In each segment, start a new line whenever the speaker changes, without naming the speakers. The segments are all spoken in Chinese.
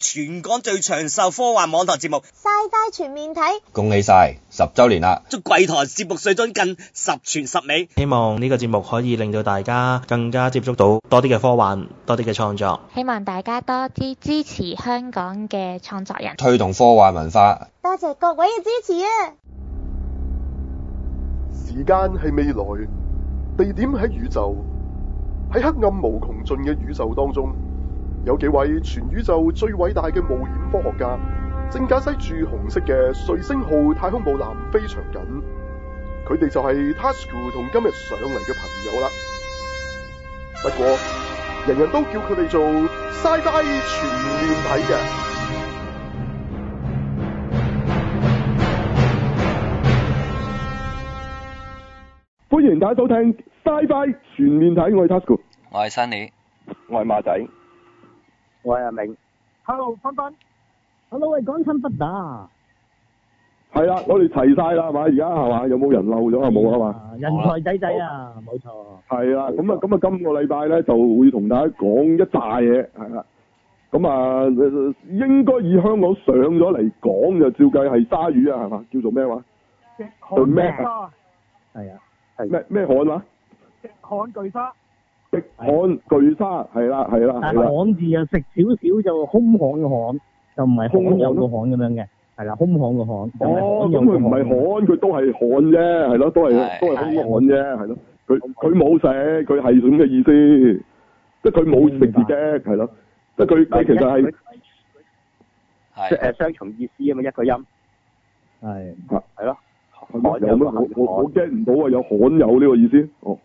全港最長壽科幻網台節目，
晒晒全面睇，
恭喜晒，十週年啦！
祝貴台節目水準近十全十美。
希望呢個節目可以令到大家更加接觸到多啲嘅科幻，多啲嘅創作。
希望大家多啲支持香港嘅創作人。
推動科幻文化，
多謝各位嘅支持啊！
時間係未來，地點喺宇宙，喺黑暗無窮盡嘅宇宙當中，有幾位全宇宙最偉大嘅冒險科學家，正駕駛住紅色嘅瑞星號太空母艦非常緊。佢哋就係 Tasuku 同今日上嚟嘅朋友啦。不過，人人都叫佢哋做 Sci-Fi 全面睇嘅。
歡迎大家收聽《Sci-Fi 全面睇》，我係 Tasuku。
我係 Sunny，
我係馬仔。
我係阿明。Hello，芬芬。Hello，喂，講親不打。
係啦，我哋齊晒啦，係嘛？而家係嘛？有冇人漏咗啊？冇啊嘛？
啊人才仔仔啊，冇錯。
係啦，咁啊，咁啊，今個禮拜咧就會同大家講一紮嘢，係啦。咁啊，呃應該以香港上咗嚟講就照計係鯊魚啊，係嘛？叫做咩話？
極
對咩啊？
沙，
係啊，
咩咩啊漢話？
極罕巨沙，
極漢巨鯊係啦，係啦，係
但
啦
係。罕字又食少少就空巷嘅巷，就唔係罕有個巷咁樣嘅，係啦，空巷嘅巷。就
哦，
唔
咁
係罕有
佢
個
唔係
巷
旱，佢都係旱啫，係咯，都係
係
都係空旱啫，係咯。佢
好
佢冇食，佢係咁嘅意思，即係佢冇食自己，係咯。即係佢佢其實
Dạ.
係
係
係
係咪有咩？我我我 get 唔到啊！有罕有呢個意思。哦，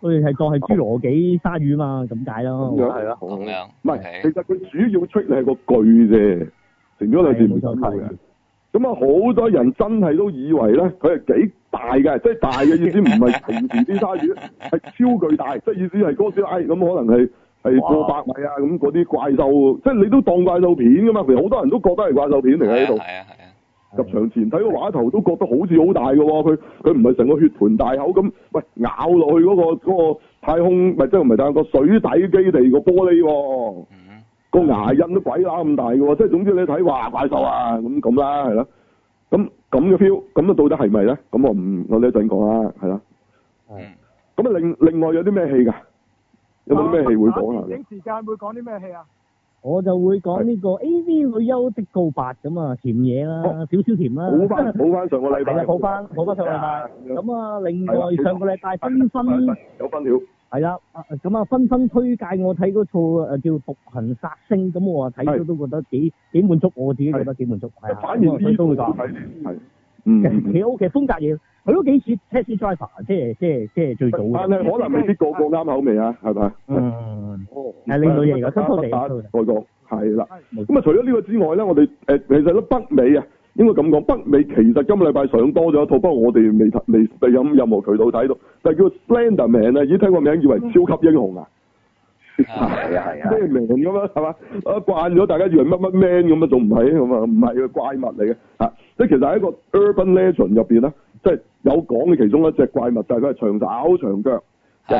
佢哋係當係侏羅紀鯊魚嘛，咁解咯。
咁樣
係咯，
咁啊樣，
唔係，其
OK，
實佢主要出你係個句啫，成咗兩字唔同嘅。咁啊，好多人真係都以為咧，佢係幾大嘅，即係大嘅意思唔係平時啲 鯊魚，係超巨大，即係意思係哥斯拉咁，可能係係過百米啊咁嗰啲怪獸，即係你都當怪獸片噶嘛。其實好多人都覺得係怪獸片嚟嘅喺度。
係啊係啊，
入場前睇個畫頭都覺得好似好大嘅喎，佢佢唔係成個血盆大口咁，喂咬落去嗰、個嗰個太空，咪即係唔係但係個水底基地個玻璃喎、
嗯，
個牙印都鬼乸咁大嘅喎，即係總之你睇哇怪獸啊咁咁啦，係啦，咁咁嘅 feel，咁啊到底係咪咧？咁我唔我呢一陣講啦，係啦。
嗯
咁啊另另外有啲咩戲㗎？有冇啲咩戲會講
啊
下
電影時間會講啲咩戲啊？
我就會講呢個 A.V. 女優的告白咁啊，甜嘢啦，
哦
少少甜啦。
補翻補翻上個禮
啊係啊
拜，
啦補翻補翻上個禮拜。咁啊，另外
係啦啊
上個禮拜紛紛。
有分曉，
係啦，啊咁啊，紛紛推介我睇嗰套誒叫《獨行殺星》，咁我啊睇咗都覺得幾幾滿足，我自己覺得幾滿足，係啊，
反而
咁啊所
呢
以都
度
會
係
講，
係嗯。嗯嗯
幾 OK 風格嘢，佢都幾似 Taxi Driver，即係即係即係最早
但
嘅，
係可能未必個個啱口味啊，係咪？
嗯，
哦
係另類嘢嚟嘅，新科技
打
新科技
外國係啦。
冇
咁啊，除咗呢個之外咧，我哋誒其實咧北美啊，應該咁講，北美其實今個禮拜上多咗一套，不過我哋未睇未未有任何渠道睇到，就叫 Slender Man 啊，已經聽個名以為超級英雄啊，
係啊
咩名咁樣係嘛？啊慣咗大家以為乜乜 man 咁啊，仲唔係咁啊？唔係佢怪物嚟嘅嚇，即係其實喺一個 urban legend 入邊咧，即係有講嘅其中一隻怪物，就係佢係長爪長腳。
係，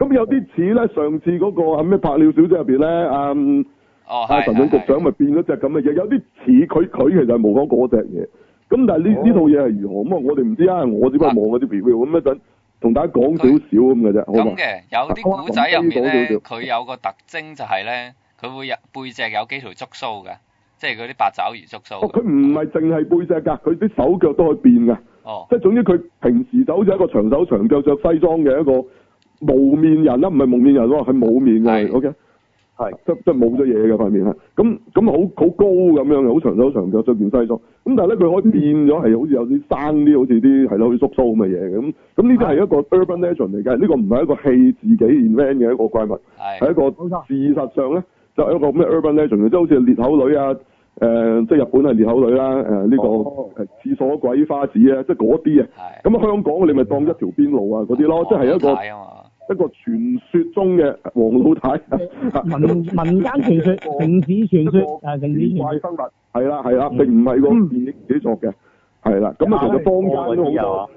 咁有啲似咧上次嗰個係咩白鳥小姐入邊咧，啊嗯
哦
阿
係，
陳總局長咪變咗隻咁嘅嘢，有啲似佢佢其實係模仿嗰隻嘢。咁但係
哦
呢呢套嘢係如何咁啊？我哋唔知啊，我只不過望嗰啲 review 咁一陣同大家講少少咁嘅啫，好嘛
咁？嘅，有啲古仔入面
啊
咧，
我
佢有個特徵就係咧，佢會有背脊有幾條觸鬚嘅，即係嗰啲八爪魚觸鬚
哦
㗎。
佢唔係淨係背脊㗎，佢啲手腳都可以變㗎。
哦，
即係總之佢平時就好似一個長手長腳着西裝嘅一個無面人啦，唔係蒙面人喎，係冇面嘅
係
，OK，
係
即即係冇咗嘢嘅塊面係，啊咁咁好好高咁樣嘅，好長手長腳着件西裝，咁但係咧佢可以變咗係好似有啲生啲，好似啲係咯，好似叔叔咁嘅嘢嘅，咁咁呢啲係一個 urban legend 嚟嘅，呢個唔係一個戲自己 invent 嘅一個怪物，係
係
一個
冇錯
事實上咧就係一個咩 urban legend，即係好似裂口女啊，誒、即係日本係裂口女啦，誒、呢、個
哦
誒廁所鬼花子啊，即係嗰啲啊。
係。
咁香港你咪當一條邊路啊嗰啲咯，即係一個
太啊嘛，
一個傳説中嘅黃老太，啊
民民間傳說、城市傳說啊，城市
奇
傳
怪
說
生物係啦係啦，
嗯
並唔係個電影自己作嘅，係啦。咁啊，其實坊間都好
啊
哦
多，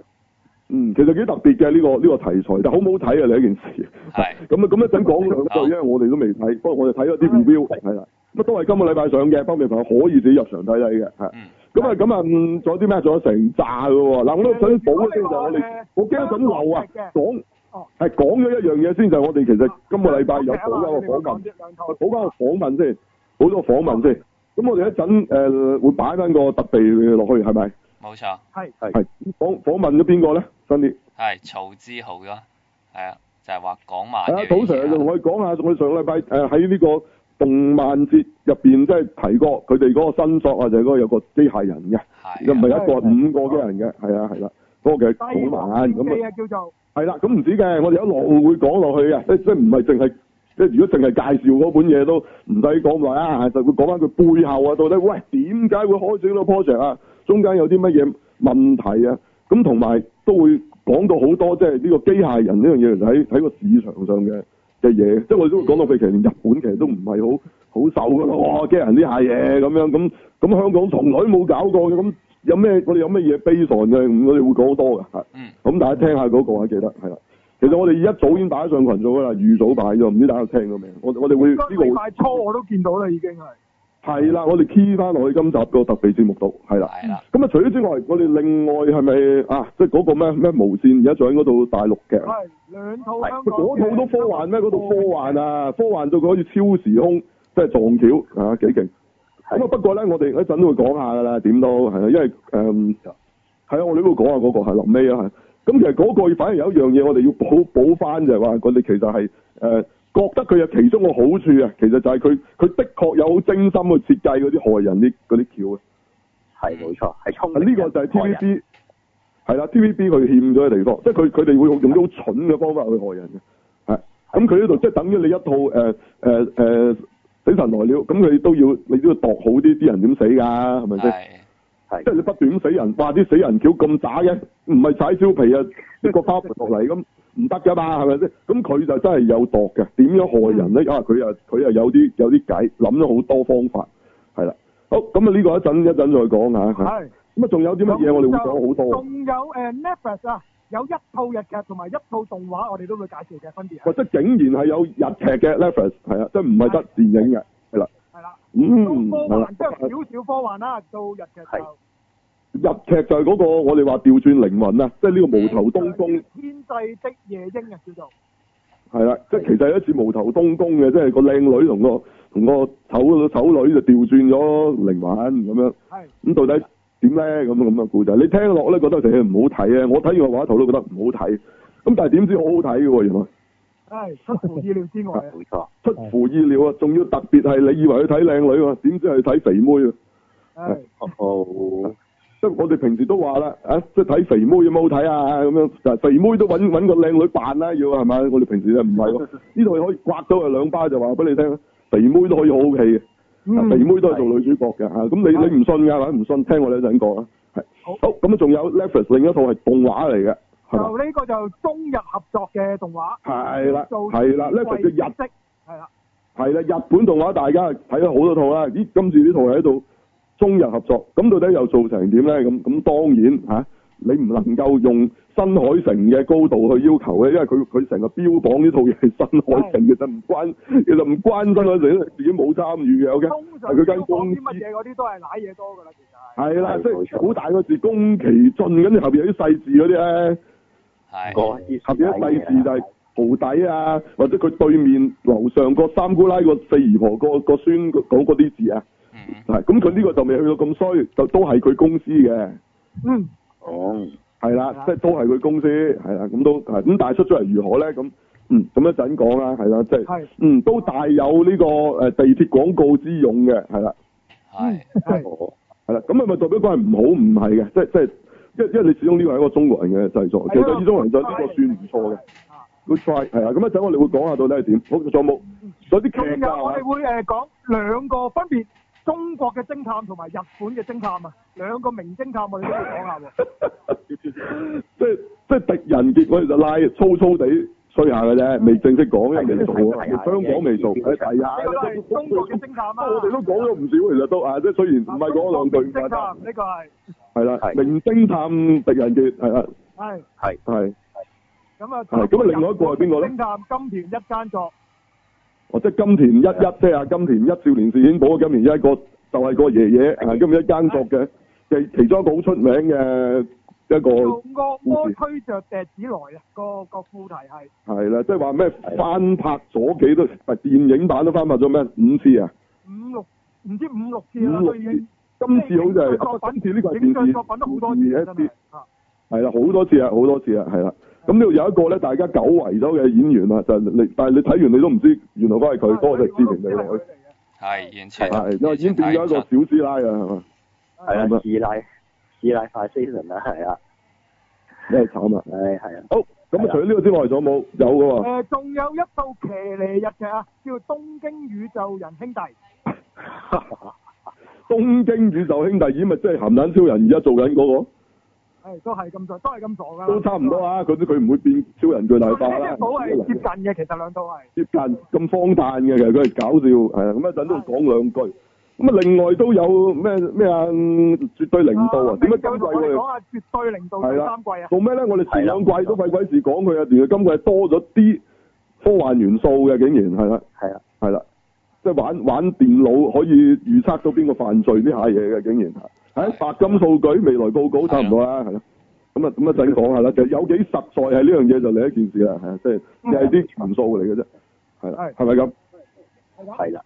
嗯，其實幾特別嘅呢個呢個題材，但好唔好睇啊？你一件事。
係
咁啊，咁一陣講兩句，
好
因為我哋都未睇，不過我哋睇咗啲 review 係啦。乜都係今個禮拜上嘅，方便朋友可以自己入場睇睇嘅，係。
嗯，
咁啊，咁啊，嗯仲有啲咩？仲有成扎嘅喎。嗱，我都想補一先就係我哋，我驚一陣漏啊，講
哦
係講咗一樣嘢先，就係我哋其實今個禮拜有補
我
咗個訪問。
兩套
好翻個訪問先，好多訪問先。咁我哋一陣誒、呃、會擺翻個特備落去，係咪？
冇錯，
係
係訪訪問咗邊個咧？新啲
係曹之豪咯，係啊，就係話講埋
係
呢
啊，
樣
賭 Sir 就
嘢
同
啊
我哋講下，我哋上個禮拜誒喺呢個
啊
動漫節入邊即係提過佢哋嗰個新作啊，就係嗰個有個機械人嘅，
係
就唔係
啊，
一個五個機械人嘅，係啊係啦，嗰、個嘅
低
好難咁啊
啊，叫做
係啦，咁唔止嘅，我哋一路會講落去嘅，即即唔係淨係即如果淨係介紹嗰本嘢都唔使講咁耐啊，就會講翻佢背後啊，到底喂點解會開始呢個 project 啊？中間有啲乜嘢問題啊？咁同埋都會講到好多即係呢個機械人呢樣嘢喺喺個市場上嘅嘅嘢，即係我哋都會講到佢其實連日本其實都唔係好好受噶咯，哇機械人呢下嘢咁樣咁咁香港從來都冇搞過嘅，咁有咩我哋有乜嘢悲傷嘅，咁我哋會講好多嘅嚇。
嗯，
咁大家聽下嗰、個啊，記得係啦。其實我哋一早已經擺咗上群組噶啦，預早擺咗，唔知大家聽過未？我我哋會呢、
今
個
個
會
禮拜初我都見到啦，已經係
係啦，我哋 key 翻落去今集個特別節目度，係啦。
係啦，
咁啊，除咗之外，我哋另外係咪啊？即係嗰個咩咩無線而家仲喺嗰度大陸嘅，
係兩套
係
香
佢
港
嗰
嘅
套都科幻咩？嗰套科幻啊，科幻到佢好似超時空，即係撞橋啊，幾勁！咁啊，不過咧，我哋一陣都會講下噶啦，點都係啊，因為誒係啊，我哋都會講下嗰、個係臨尾啊，係。咁其實嗰個反而有一樣嘢，我哋要補補翻就係話，我哋其實係誒、呃、覺得佢有其中個好處啊，其實就係佢佢的確有好精心去設計嗰啲害人啲嗰啲橋啊。
係冇錯，係聰
啊
明
呢、
人
個就係
害人
TVB 係啦，TVB 佢欠咗嘅地方，即係佢佢哋會用用啲好蠢嘅方法去害人嘅，係啊咁佢呢度即係等於你一套誒誒誒死神來了，咁佢都要你都要度好啲啲人點死㗎，係咪先？
係
係
即係你不斷咁死人，哇！啲死人橋咁渣嘅，唔係踩蕉皮啊，一個花盆落嚟咁唔得㗎嘛，係咪先？咁佢就真係有度嘅，點樣害人
嗯
咧？啊，佢啊佢啊有啲有啲計，諗咗好多方法，係啦。好，咁啊呢個一陣一陣再講下。嚇
係
咁啊，仲有啲乜嘢我哋會講好多嘅，啊
仲有誒 Netflix 啊，有一套日劇同埋一套動畫，我哋都會介紹嘅，分別
或
係
者竟然係有日劇嘅 reference，係啊，即係唔係得電影嘅，係啦，
係啦，
嗯，
都科
係啦
幻，即係少少科幻啦，到日劇就
係
日劇就係嗰個我哋話調轉靈魂啊，即係呢個無頭東宮，
天際的夜鷹啊，叫做
係啦，即係其實有一次無頭東宮嘅，即係個靚女同個同個醜醜女就調轉咗靈魂咁樣，
係
咁到底點咧？咁咁嘅故仔，你聽落咧覺得成日唔好睇啊，我睇完個畫圖都覺得唔好睇，咁但係點知好好睇嘅喎，原來。
係出乎意料之外啊，
冇錯，
出乎意料啊！仲要特別係你以為去睇靚女喎，點知係睇肥妹啊！
係
哦，
即係我哋平時都話啦，啊，即係睇肥妹有冇好睇啊？咁樣，但係肥妹都揾揾個靚女扮啦，要啊係咪？我哋平時就 唔係喎，呢度可以刮到佢兩巴就話俾你聽，肥妹都可以好好戲嘅，
嗯
啊肥妹都係做女主角嘅嚇。咁你你唔信㗎，或者唔信，聽我哋一陣講啊。係
好
好咁啊，仲有 Netflix 另一套係動畫嚟嘅，係嘛？
就呢個就中日合作嘅動畫，
係啦，
做
係啦，Netflix 嘅日
日式係啦，
係啦，日本動畫大家睇咗好多套啦，咦，今次呢套係喺度中日合作，咁到底又做成點咧？咁咁當然嚇、啊你唔能夠用新海誠嘅高度去要求嘅，因為佢佢成個標榜呢套嘢係新海誠，其實唔關，其實唔關新海誠，因為自己冇參與嘅，OK。
通常
係佢間
都講
公
啲
司
乜嘢嗰啲都係攋嘢多㗎啦，其實係。
係啦，
係
即
冇
係
錯
好大個字，宮崎駿，跟住後邊有啲細字嗰啲咧，
係
嗰啲
後邊啊啲細字就係徒弟啊，或者佢對面樓上個三姑奶個四姨婆個個孫講嗰啲字啊。
嗯
係咁，佢呢個就未去到咁衰，就都係佢公司嘅，
嗯，
哦，
係
係
啦
啊，
即係都係佢公司，係啦，咁都係咁，但係出咗嚟如何咧？咁嗯，咁一陣講啦，係啦，即係
係
嗯，都大有呢個誒地鐵廣告之勇嘅，係啊啦，
係
係
哦，
係啦，咁係咪代表佢係唔好？唔係嘅，即係即係，因因為你始終呢個係一個中國人嘅製作，其實始終人製呢個算唔錯嘅。
啊
Good try，係啊，咁一陣我哋會講下到底係點，好，仲有冇？有啲
仲
劇
有我哋
㗎
會
ờ,
誒講兩個分別中國嘅偵探同埋日本嘅偵探啊，兩個名偵探我哋都會講下喎。
即係即係狄仁傑，我哋就拉粗粗地吹下嘅啫，未正式講，因為未做啊，香港未做，誒係啊
呢，個都係中國嘅偵探啊！
我哋都講咗唔少，其實都啊，即係雖然唔係講兩句，
偵
啊
探呢個係
係啦，明星探狄仁傑係啦，
係
係
係
咁啊。
係咁啊另外一個係邊個咧
偵探金田一奸作
哦，即係金田一一，即係啊金田一少年事件簿嘅金田一個就係個爺爺啊，金田一間國嘅嘅其中一個好出名嘅一個
用惡魔推着笛子來
à.
啊！個個副題係
係啦，即係話咩翻拍咗幾多？唔係電影版都翻拍咗咩五次啊？
五六唔知五六次啦，
五六
都
次，
已經
今次好似係
作品
今次呢個係
影
電
像
視
作品都好多次啊真係啊！
係啦，好多次啊，好多次啊，係啦。咁呢度有一個咧，大家久違咗嘅演員啊，就係你，但係你睇完你都唔知，原來嗰係
啊
佢，多謝知名你來。
係完全
係，因為已經變咗一個小師奶啊，係嘛？
係啊，師奶師奶快 season 啊，係啊，
真係慘啊！
唉係啊，
好咁啊，除咗呢個之外，仲有冇？有嘅
誒，
喎。
仲有一套騎呢日劇啊，叫《東京宇宙人兄弟》。
東京宇宙兄弟咦咪即係鹹蛋超人而家做緊嗰
係都係咁傻，都係咁傻噶
個，都差唔多啊！佢都佢唔會變超人巨大
呢
化啦
只。稿係接近嘅，其實兩套係。
接近咁荒誕嘅，其實佢係搞笑，係啊，咁一陣都講兩句。咁啊，另外都有咩咩啊？嗯絕對零度啊！點解今季
我哋
我哋
哦講下絕對零度第
係啦
三季啊。
做咩咧？我哋前兩季都費鬼事講佢啊，原來今季多咗啲科幻元素嘅，竟然係啦，
係啊，
係啦，即係玩玩電腦可以預測到邊個犯罪呢下嘢嘅，竟然係白金數據未來報告差唔多啦，係啦。咁啊，咁一陣講下啦，就有幾實在係呢樣嘢就另一件事啦，係啊即係
嗯
即係啲元素嚟嘅啫，係啦，係咪咁？
係啦，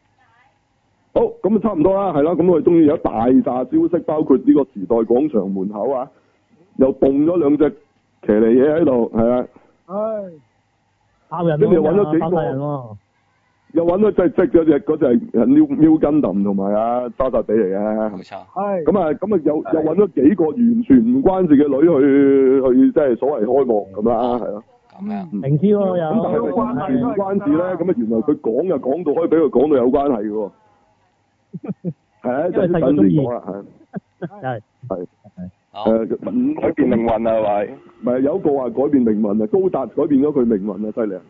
好，咁啊差唔多啦，係啦，咁我哋終於有一大扎消息，包括呢個時代廣場門口啊，又動咗兩隻騎呢嘢喺度，係啊啦，
唉，
爆人
跟住揾咗幾個
爆人喎，
又揾咗隻隻嗰只嗰隻係 New New Gundam 同埋啊沙薩比嚟嘅，冇
錯。
係。
咁啊，咁啊又又揾咗幾個完全唔關事嘅女去去即係所謂開幕咁啦，係咯。啊
咁樣
明知喎又。
咁但係咪完全嗯關事咧？咁啊，原來佢講又講到可以俾佢講到有關係嘅喎。係 啊，即係等陣先講啦，係。啊
係
係
好
誒，改變命運啊，喂！唔係有一個話改變命運啊，高達改變咗佢命運啊，犀利啊！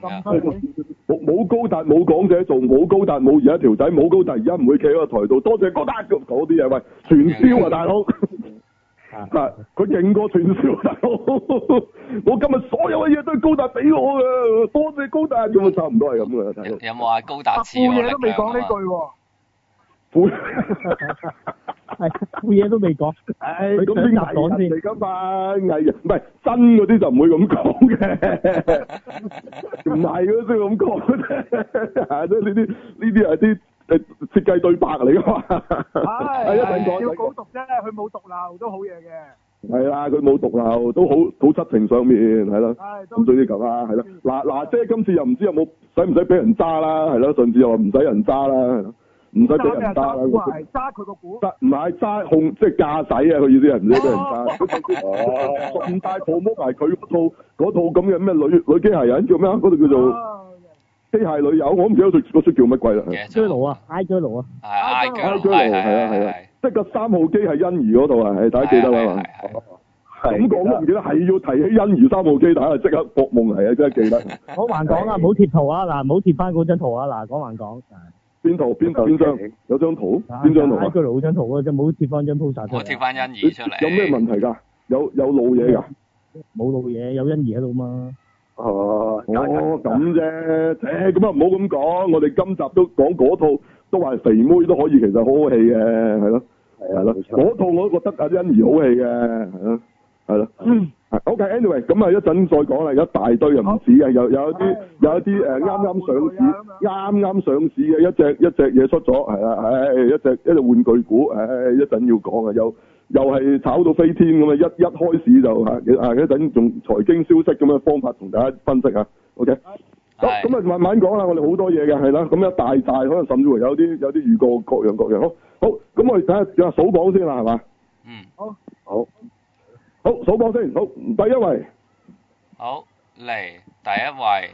咁
咁犀利
冇冇高達冇港姐做，冇高達冇而家條仔，冇高達而家唔會企喺個台度，多謝高達咁嗰啲嘢，喂，傳銷啊，大佬！嗱，佢勁過傳銷，大佬！我今日所有嘅嘢都係高達俾我嘅，多謝高達咁啊，差唔多係咁嘅，大佬
有。有冇話高達
阿
似
富嘢都未講呢句 喎，
係副嘢都未講，
唉，
佢
咁
想
啲
答講
藝
先
人嚟噶嘛，藝人唔係真嗰啲就唔會咁講嘅，唔係嗰啲先咁講啫，係即係呢啲呢啲係啲誒設計對白嚟噶嘛，係啊一陣
要
講，
稿讀啫，佢冇讀漏都好嘢嘅。
係啦，佢冇毒漏，都好好七情上面係啦，
唉，都
咁總之咁啦，係啦，嗱嗱姐今次又唔知有冇使唔使俾人揸啦，係啦，上次又話唔使人揸啦，係啦唔使俾
揸
人
咩？
揸啦
揸股啊
咁。
係揸佢個股。
得唔係揸控即係駕駛啊！佢意思係唔使俾人揸，
哦
佢順帶 promote 埋佢嗰套嗰套咁嘅咩女女機械人叫咩啊？嗰度叫做
啊
機械女友，我唔記得佢個出叫乜鬼啦。
嘅
追奴啊，I 追奴啊，
係 I girl，
Girl，
係
係啊係啊，即係個三號機係欣宜嗰度啊，係大家記得啦嘛。咁講都唔記得，係要提起欣宜三號機，大家就即刻博夢嚟啊！真係記得
我還講啊，唔好貼圖啊，嗱，唔好貼翻嗰張圖啊，嗱，講還講，
邊圖邊邊張有張圖邊張圖啊
I 追奴嗰張圖啊，就冇貼翻張 poster 出
我貼
嚟啊，
翻欣怡出嚟。
有咩問題㗎？有有老嘢㗎？
冇老嘢，有欣宜喺度嘛，
哦，
哦，咁啫，誒，咁啊唔好咁講，我哋今集都講嗰套，都話肥妹都可以，其實好好戲嘅，係咯，
係
係
啊，
咯，
冇錯，
嗰套我都覺得阿欣怡好戲嘅，係咯，係咯，嗯，OK，anyway，咁啊一陣再講啦，有一大堆又唔止嘅，有有一啲有一啲誒啱啱上市。啊啱啱上市嘅一隻一隻嘢出咗，係啦，唉，一隻一隻玩具股，唉，一陣要講啊，又又係炒到飛天咁啊！一一開市就嚇，啊一陣仲財經消息咁嘅方法同大家分析下啊 OK，好
係
咁啊，慢慢講啦，我哋好多嘢嘅係啦，咁一大大可能甚至乎有啲有啲預告各樣各樣，好，好，咁我哋睇下數榜先啦，係嘛？
嗯，
好，
好，數榜先，好，第一位
好嚟第一位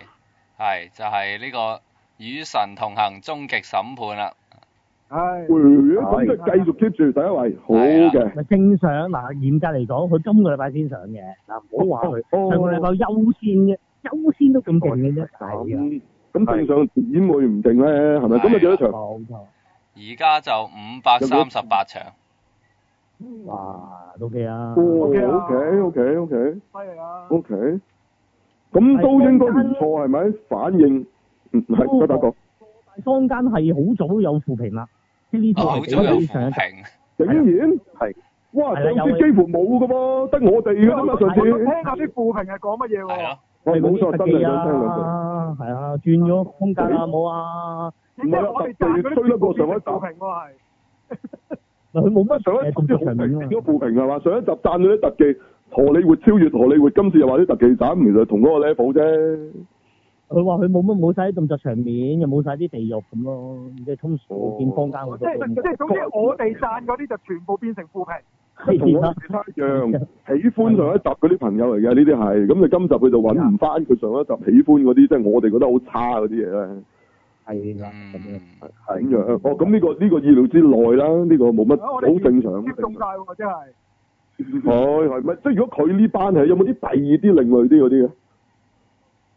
係就係呢個與神同行終極審判啦。
唉，
喂咁即係繼續 keep 住第一位，好
啊
嘅，
咪正上嗱，嚴格嚟講，佢今個禮拜先上嘅，嗱，唔好話佢
哦
上個禮拜優先嘅，優先都咁勁嘅啫，係啊，
咁嗯咁正常點會唔勁咧？係咪？咁啊幾多場？
冇錯，
而家就五百三十八場，
哇，都 OK 啊，
哦
OK 啊
OK OK OK
犀利啊！
OK，咁都應該唔錯係咪？反應嗯，
哦
係不打講。
坊間係好早有負評啦，即係呢套
哦，好
係
早有負
比起上一集
評，
竟然
係
哇！
係啦
上
有哦
次
嘅
幾乎冇噶噃，得我哋嘅啫嘛。上
我想
次
聽下啲負評係講乜嘢
係
喎
咯？，
我冇
哦嗰
錯，真
啲特技
係想聽兩句。
啊，係啊，轉咗風格啦，冇啊，
即係我哋賺嗰啲
唔係啊特別衰得過上一集
負評喎係。
嗱佢冇乜
上一
誒動
集啲
作
好
場
評
面
都
啊，
負評係嘛？上一集讚咗啲特技，荷里活超越荷里活，今次又話啲特技斬，其實同嗰個 level 啫。
佢話佢冇乜冇晒啲動作場面，又冇晒啲地獄咁咯，即係通常我見坊間好
即
多
係即
咁。
係總之，我哋賺嗰啲就全部變成負評。
啊
同我哋其他一樣，喜歡上一集嗰啲朋友嚟嘅，呢啲係咁你今集佢就揾唔翻佢上一集喜歡嗰啲，即係我哋覺得好差嗰啲嘢咧。啊
係啦，咁樣。
嗯，
咁樣，哦，咁呢、個呢、個意料之內啦，呢、個冇乜
啊
好
我哋
正常。
接中晒喎，真係。
係係咪？即係如果佢呢班係有冇啲第二啲另類啲嗰啲嘅？
冇啊，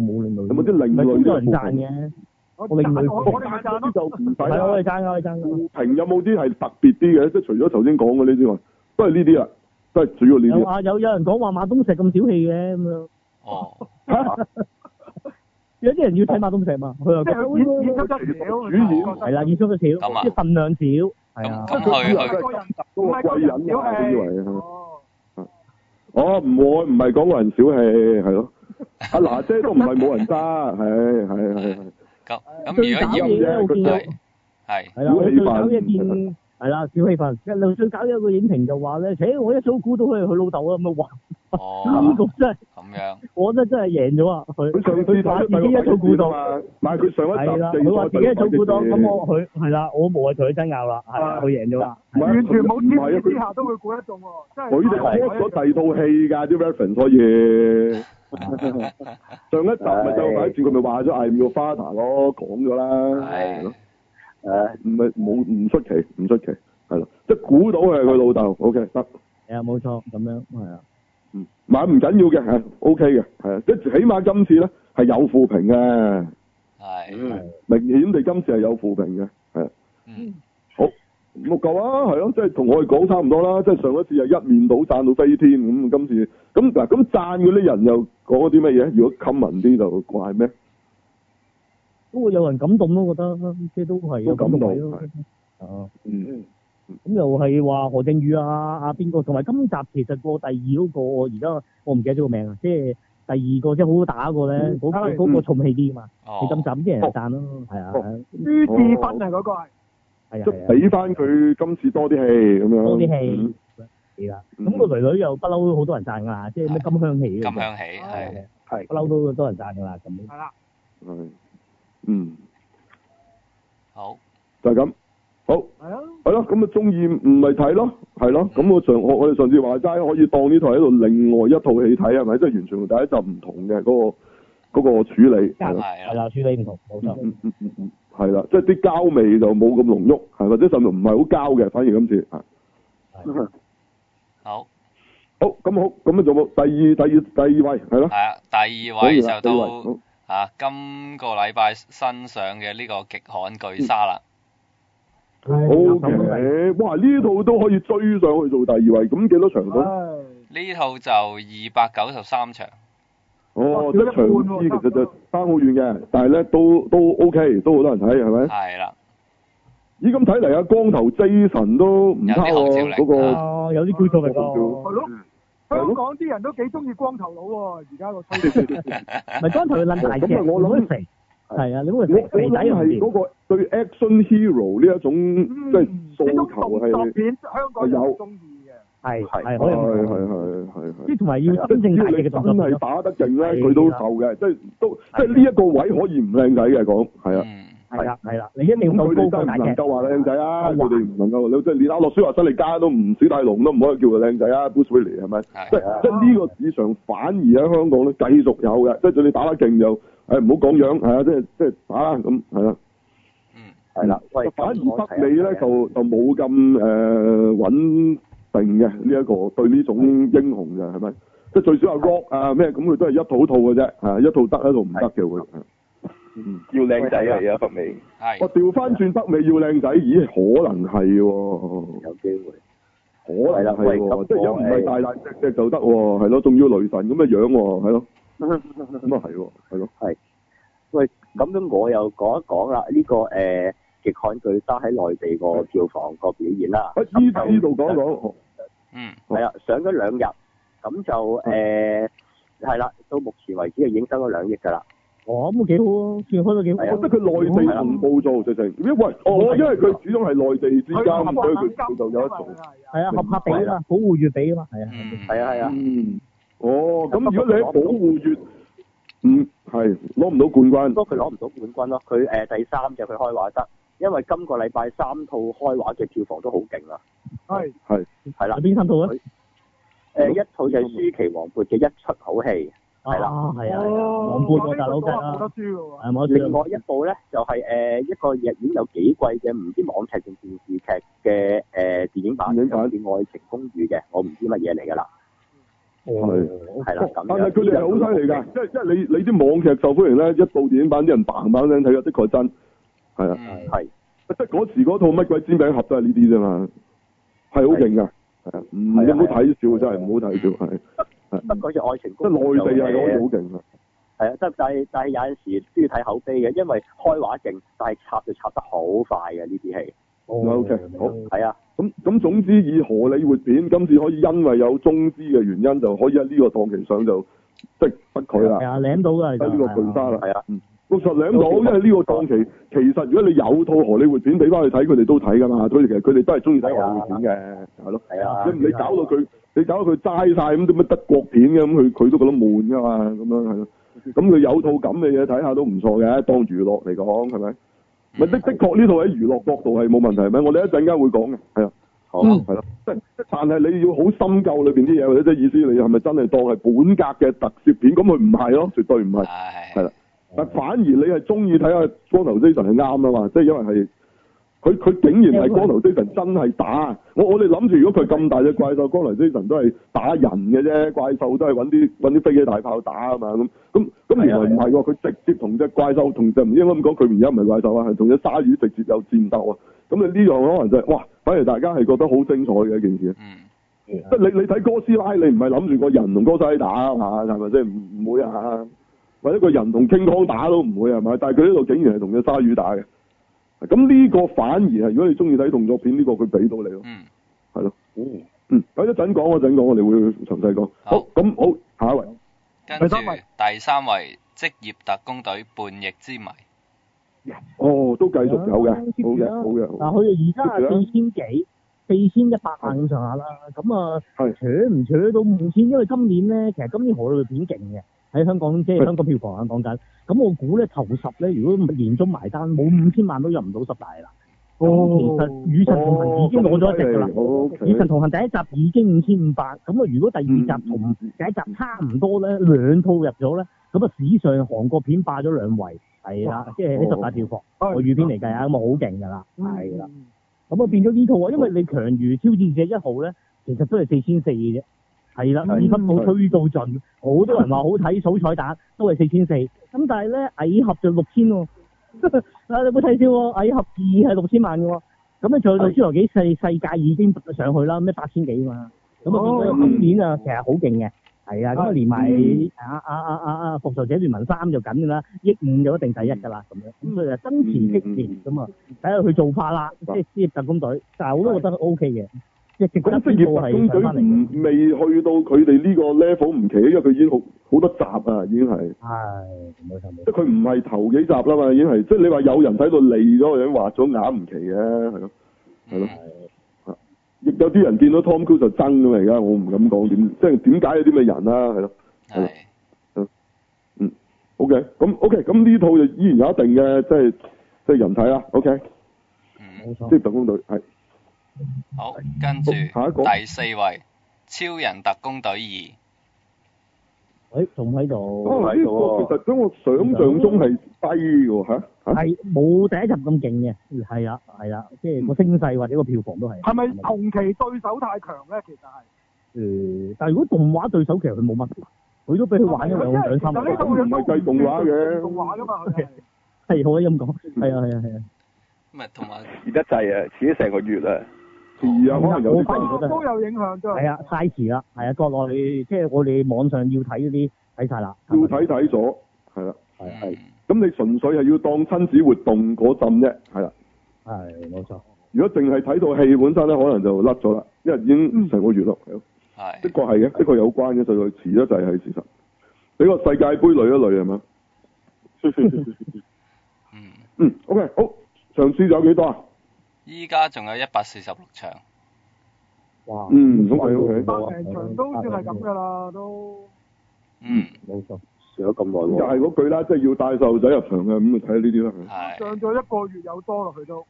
冇另類。
有冇啲另類
唔係
嘅
都有人贊嘅，
我
我另類
我我哋咪賺咯。
就唔使
係啊，我
啦
哋。贊㗎，我哋贊㗎。
評有冇啲係特別啲嘅？即係除咗頭先講嗰啲之外，都係呢啲啦，都係主要呢
有
啲啦。
啊，有有人講話馬東石咁小氣嘅咁樣，
哦，
啊有啲人要睇馬東石嘛，佢又
即係
講
佢演演出得少，
主演
係啦，演出得少，
咁啊
即係份量少，係啊
咁，咁佢佢
個人
嗰
唔
個
係
貴人啊，我以為係
哦，
哦，唔會，唔係講個人小氣，係咯。阿娜姐都唔係冇人渣，係係係係。
咁咁
最
如
搞
果
嘢
要
咧，我見到
係係
係啦，
小
我
氣
最搞
氛
嘢見係啦，小氣氛，一路最搞嘢個影評就話咧，誒我一早估到佢係佢老豆啊，咁啊哇！呢個
哦
真係，
咁樣，
我覺得真係贏咗啊！佢
佢上次睇
佢話
咗
自己一早估到，
嘛，但係佢上一
係啦，
集
佢話自己一早估到，
記錯咗
咁我佢係啦，我無謂同佢爭拗啦，係啦，佢贏咗啦。
唔係
完全冇
唔係啊
貼
佢
之下都會估得中喎，真係。
佢哋 cut 咗第二套戲㗎啲 reference，所以上一集咪就擺住佢咪話咗哎 I'm your father 咯，講咗啦，係
係
咯，
誒，
唔係冇唔出奇，唔出奇，係咯，即係估到佢係佢老豆，OK 得，
係啊，冇錯，咁樣係啊，
嗯，買唔緊要嘅，係 OK 嘅，係啊，即係起碼今次咧係有負評嘅，
係，
嗯，
明顯地今次係有負評嘅，係啊。
嗯，
冇夠啊，係咯，即係同我哋講差唔多啦，即係上一次又一面倒讚到飛天咁，今次咁嗱咁讚嗰啲人又講咗啲乜嘢？如果 common 啲就怪咩？
都會有人感動咯，我覺得即係都係有感動位咯
都感。
哦，
嗯，
咁又係話何正宇啊啊邊個，同埋今集其實個第二嗰個，我而家我唔記得咗個名啊，即係第二個即係好好打嗰個咧，
嗯
嗰
係
嗰個重氣啲嘛，
哦
你，今集啲人就讚咯，係啊，
哦朱志芬啊，嗰個係。
係啊，
即
係
係
啊，
俾翻佢今次多啲戲咁樣。
多啲
嗯
戲，係啦，
嗯
咁個女女又不嬲好多人讚㗎啦，即係咩金香氣
咁
嗰啲
香起係，
係
啊不嬲都好多人讚㗎啦，咁
哦係啦，
係，嗯，
好，
就係咁。好，
係啊，
係咯，咁啊中意唔咪睇咯，係咯。
嗯
咁我上我我哋上次話齋可以當呢套喺度另外一套戲睇係咪？即係完全同第一集唔同嘅嗰、個嗰、個處理。係咯
係
係
啦，
啦，處理唔同，
啊
冇錯。
嗯嗯嗯嗯，係啦，即係啲膠味就冇咁濃郁，係或者甚至唔係好膠嘅，反而今次啊。
好，
好，咁好，咁啊仲冇第二第二第二位係咯。
係啊，第二
好
位
完
就
啦第二位
到
好
啊今個禮拜新上嘅呢個極寒巨鯊啦，
O K，哇！呢套都可以追上去做第二位，咁幾多場到？
唉
呢套就二百九十三場，
哦，
哇
即
少
係
一半喎
長啲，其實就
差唔多
爭好遠嘅，但係咧都都 O K，都好多人睇，係咪？
係啦，
咦，咁睇嚟啊，光頭 Jason 都唔差
有啲學招
喎，嗰
力啊
個
哦
啊，有啲叫做力
係
咯。
咯。香港啲人都幾中意光頭佬喎，而家個趨勢。
咪光頭佢撚大隻，
咁啊我諗
你冇得肥，係啊，你 冇得
我
肥
我
肥底
諗
又唔
係
掂。
嗰個對 action hero 呢一種
嗯
即係訴求
呢種動作
係。
片香港人中意嘅。
係
係
係
係係係
可以咁講，
係係
即係同埋要真正大隻嘅動
真
作
係
咯。
打得勁咧，
係
佢都
啦
受嘅，即係都即係呢一個位可以唔靚仔嘅講，係啊。
嗯，
係啦係啦，你一定要
咁佢
夠
哋
高
真係
夠大
唔能
隻。
夠話靚仔啊！佢
夠橫
哋唔能夠，你即係連阿洛舒華辛力加都唔，史泰龍都唔可以叫佢靚仔啊！Bruce Willis 係咪？即
係，
啊
係即係呢個市場反而喺香港咧繼續有嘅，即係你打得勁就誒唔好講樣係啊，即係即係打啦咁係啊啦。
嗯，
係啦，喂，
反而
咁我
北美咧
睇下
就就冇咁誒穩定嘅呢一個對呢種英雄嘅係咪？即係最少阿 Rock 啊咩咁，佢都係一套套嘅啫，啊嚇一套得一套唔得嘅會。嗯，
要靚仔啊，而家北美。
我
係，
調翻轉北美要靚仔，咦？可能係喎，
有機會，
可
係啦
能係
喂
喎，
咁
即係如
我
果唔係大大隻 隻就得喎，係咯，仲要雷神咁嘅樣喎，係咯，咁啊係喎，係咯，
喂，咁樣我又講一講啦，呢、個誒、呃極悍巨鯊喺內地個票房個表現啦。
啊，依依度講一
啊
講，
嗯，
係啦，上咗兩日，咁就誒係啦，到目前為止就已經收咗兩億㗎啦。
哦，咁幾好啊，算開得幾好。
係啊
我哦覺得佢內地同步做直情，因為喂，我因為佢始終係內地之
啊
間，所以佢就有得做。
係啊，合拍比啊嘛，保護月比啊嘛，係啊。
嗯，
係啊係啊，
嗯，哦，咁如果你喺保護月，嗯，係攞唔到冠軍
不。過佢攞唔到冠軍咯。佢誒、呃第三隻佢開畫得，因為今個禮拜三套開畫嘅票房都好勁啊。
係
係啦
嗱，，邊三套啊？
誒、一套就係舒淇黃渤嘅一出好戲，係啦
啊，係啊，係啊，黃渤個大佬吉
冇
啊
得，輸㗎喎。
係咪？
另外一部咧就係、誒、一個日演有幾季嘅唔知網劇定電視劇嘅誒、電影版，
電
叫
影版
《愛情公寓》嘅，我唔知乜嘢嚟㗎啦，
哦
係啦咁
但係
樣。
佢哋係好犀利㗎，即係即係你你啲網劇受歡迎咧，一部電影版啲人砰砰聲睇嘅，的確係真係啊！
嗯，
係
即係嗰時嗰套乜鬼煎餅俠都係呢啲啫嘛，係好勁㗎，係啊，唔
係啊
你唔好睇少，真係啊唔好睇少，係
不過就愛情
即係
公寓
內地係
就
攞
誒
好勁啊！
係啊，但但係但係有陣時都要睇口碑嘅，因為開畫勁，但係插就插得好快嘅呢啲戲。
O K，好。
係啊，
咁咁總之以荷里活片今次可以因為有中資嘅原因，就可以喺呢個檔期上就即係不佢
係
啦，
啊，舐到㗎，其
喺
實
呢個巨沙啦。
係啊，
六實兩到，因為呢個檔期其實如果你有套荷里活片俾翻佢睇，佢哋都睇㗎嘛。佢哋其實佢哋都係中意睇荷里活片嘅，係咯。
係啊
你你搞到佢，你搞到佢齋晒咁啲乜德國片嘅咁，佢佢都覺得悶㗎嘛，咁樣係咯。咁佢有套咁嘅嘢睇下都唔錯嘅，當娛樂嚟講
嗯
係咪？咪的的確呢套喺娛樂角度係冇問題，係咪？我哋一陣間會講嘅，係啊。
好
嗯，係咯，即係但係你要好深究裏邊啲嘢，或者即係意思你係咪真係當係本格嘅特攝片？咁佢唔係咯，絕對唔係。
唉，
係啦但反而你係中意睇下光頭 Jason 係啱啊嘛，即係因為係佢佢竟然係光頭 Jason 真係打，我我哋諗住如果佢咁大隻怪獸，光頭 Jason 都係打人嘅啫，怪獸都係揾啲揾啲飛機大炮打啊嘛，咁咁咁原來唔係啊喎，佢直接同只怪獸同只唔應該咁講，佢而家唔係怪獸啊，係同只鯊魚直接有戰鬥啊，咁你呢個可能就係、哇，反而大家係覺得好精彩嘅一件事。啊
嗯，
即係你你睇哥斯拉，你唔係諗住個人同哥斯拉打啊嘛，係咪先？唔唔會啊，或者個人同傾康打都唔會啊係咪？但係佢呢度竟然係同只鯊魚打嘅，咁呢個反而係如果你中意睇動作片，呢、個佢俾到你咯，
嗯，
係咯。嗯，有一陣講，嗰陣講，我哋會詳細講。
好
好，咁好，下一位。
跟
第
住
三位
第三位職業特工隊叛逆之謎，
哦，都繼續有嘅，
啊
好嘅，好嘅，
嗱，
好嘅。
佢而家係四千幾，四千一百萬咁上下啦。咁啊，
係
扯唔扯到五千？因為今年咧，其實今年荷里活片勁嘅，喺香港即係
係
香港票房啊講緊。咁我估咧頭十咧，如果年中埋單冇五千萬都入唔到十大啦。咁其實與神同行已經攞咗一隻㗎啦。
哦咁犀利
與神同行第一集已經五千五百，咁啊如果第二集同
嗯
第一集差唔多咧，兩套入咗咧，咁啊史上韓國片霸咗兩位，係啦，即係喺十大票房
哦
外語片嚟計啊，咁啊好勁㗎啦，係啦。
嗯
咁啊變咗呢套啊，因為你強如挑戰者一號咧，其實都係四千四嘅啫，係啦，
係
嗯
二分冇推到盡，好多人話好睇數彩蛋都係四千四，咁但係咧蟻俠就六千喎， 啊你冇睇少喎，蟻俠二係六千萬嘅喎，咁你再到侏羅紀世世界已經上去啦，咩八千幾啊嘛，咁啊
哦
變咗今年啊其實好勁嘅。係啊，咁啊連埋
嗯
啊啊啊啊啊復仇者聯盟三就緊㗎啦，億五就一定第一㗎啦咁樣，咁佢就
嗯
爭持激烈咁啊，睇下佢做法啦，即係職業特工隊，但係我都覺得 O K 嘅，即係值得
咁職
呢套
業特
係
工
上翻嚟
嗯
嘅，
隊唔未去到佢哋呢個 level 唔奇，因為佢已經好好多集啊，已經係。
係冇錯冇
即係
錯，
佢唔係頭幾集啦嘛，已經係即係你話有人睇到利咗，已經畫咗眼唔奇嘅，係咯，係咯啊
嗯，
亦有啲人見到 Tom Cruise 就憎咁而家，我唔敢講點，即係點解有啲咩人啦、係咯
係，
，OK，咁 OK，咁呢套就依然有一定嘅即係即係人睇啦，OK，
嗯，
冇
即
錯，
係特工隊係
好，跟住
好下一個
第四位超人特工隊二。
誒仲喺度，
哦呢個其實喺我想象中係低嘅喎嚇嚇
係冇第一集咁勁嘅，係啊係啊，即係個聲勢或者個票房都係，
嗯係咪同期對手太強咧？其實係。
誒？但係如果動畫對手其實佢冇乜，佢都俾佢玩咗兩兩三個，
其實呢套
係
嘢
唔係計動畫嘅
動畫㗎嘛，佢係
可以咁講，係啊係啊係啊，
咁啊，同埋
遲得滯啊，遲咗成個月啦。
遲啊，可能有
嗯我 反而
啲
覺得
都有影響啫。
係啊太遲啦，係啊國內即係我哋網上要睇嗰啲睇晒啦，
要睇睇咗，係啦，
係啊
嗯
咁你純粹係要當親子活動嗰陣啫，係啦。
係冇錯。
如果淨係睇到戲本身咧，可能就甩咗啦，因為已
嗯
經成個月咯。
係
的確係嘅，的確有關嘅，就佢遲咗就係事實。你個世界盃累一累係 嘛？嗯，OK，好，場次仲有幾多啊？
依家仲有一百四十六場，
哇
嗯，OK OK，
啊
百零場都算係咁㗎啦，都
嗯，
冇錯，
上咗咁耐
又係
喎。
嗰句啦，即係要帶細路仔入場嘅，咁就睇下呢啲啦。
上咗一個月有多啦，佢都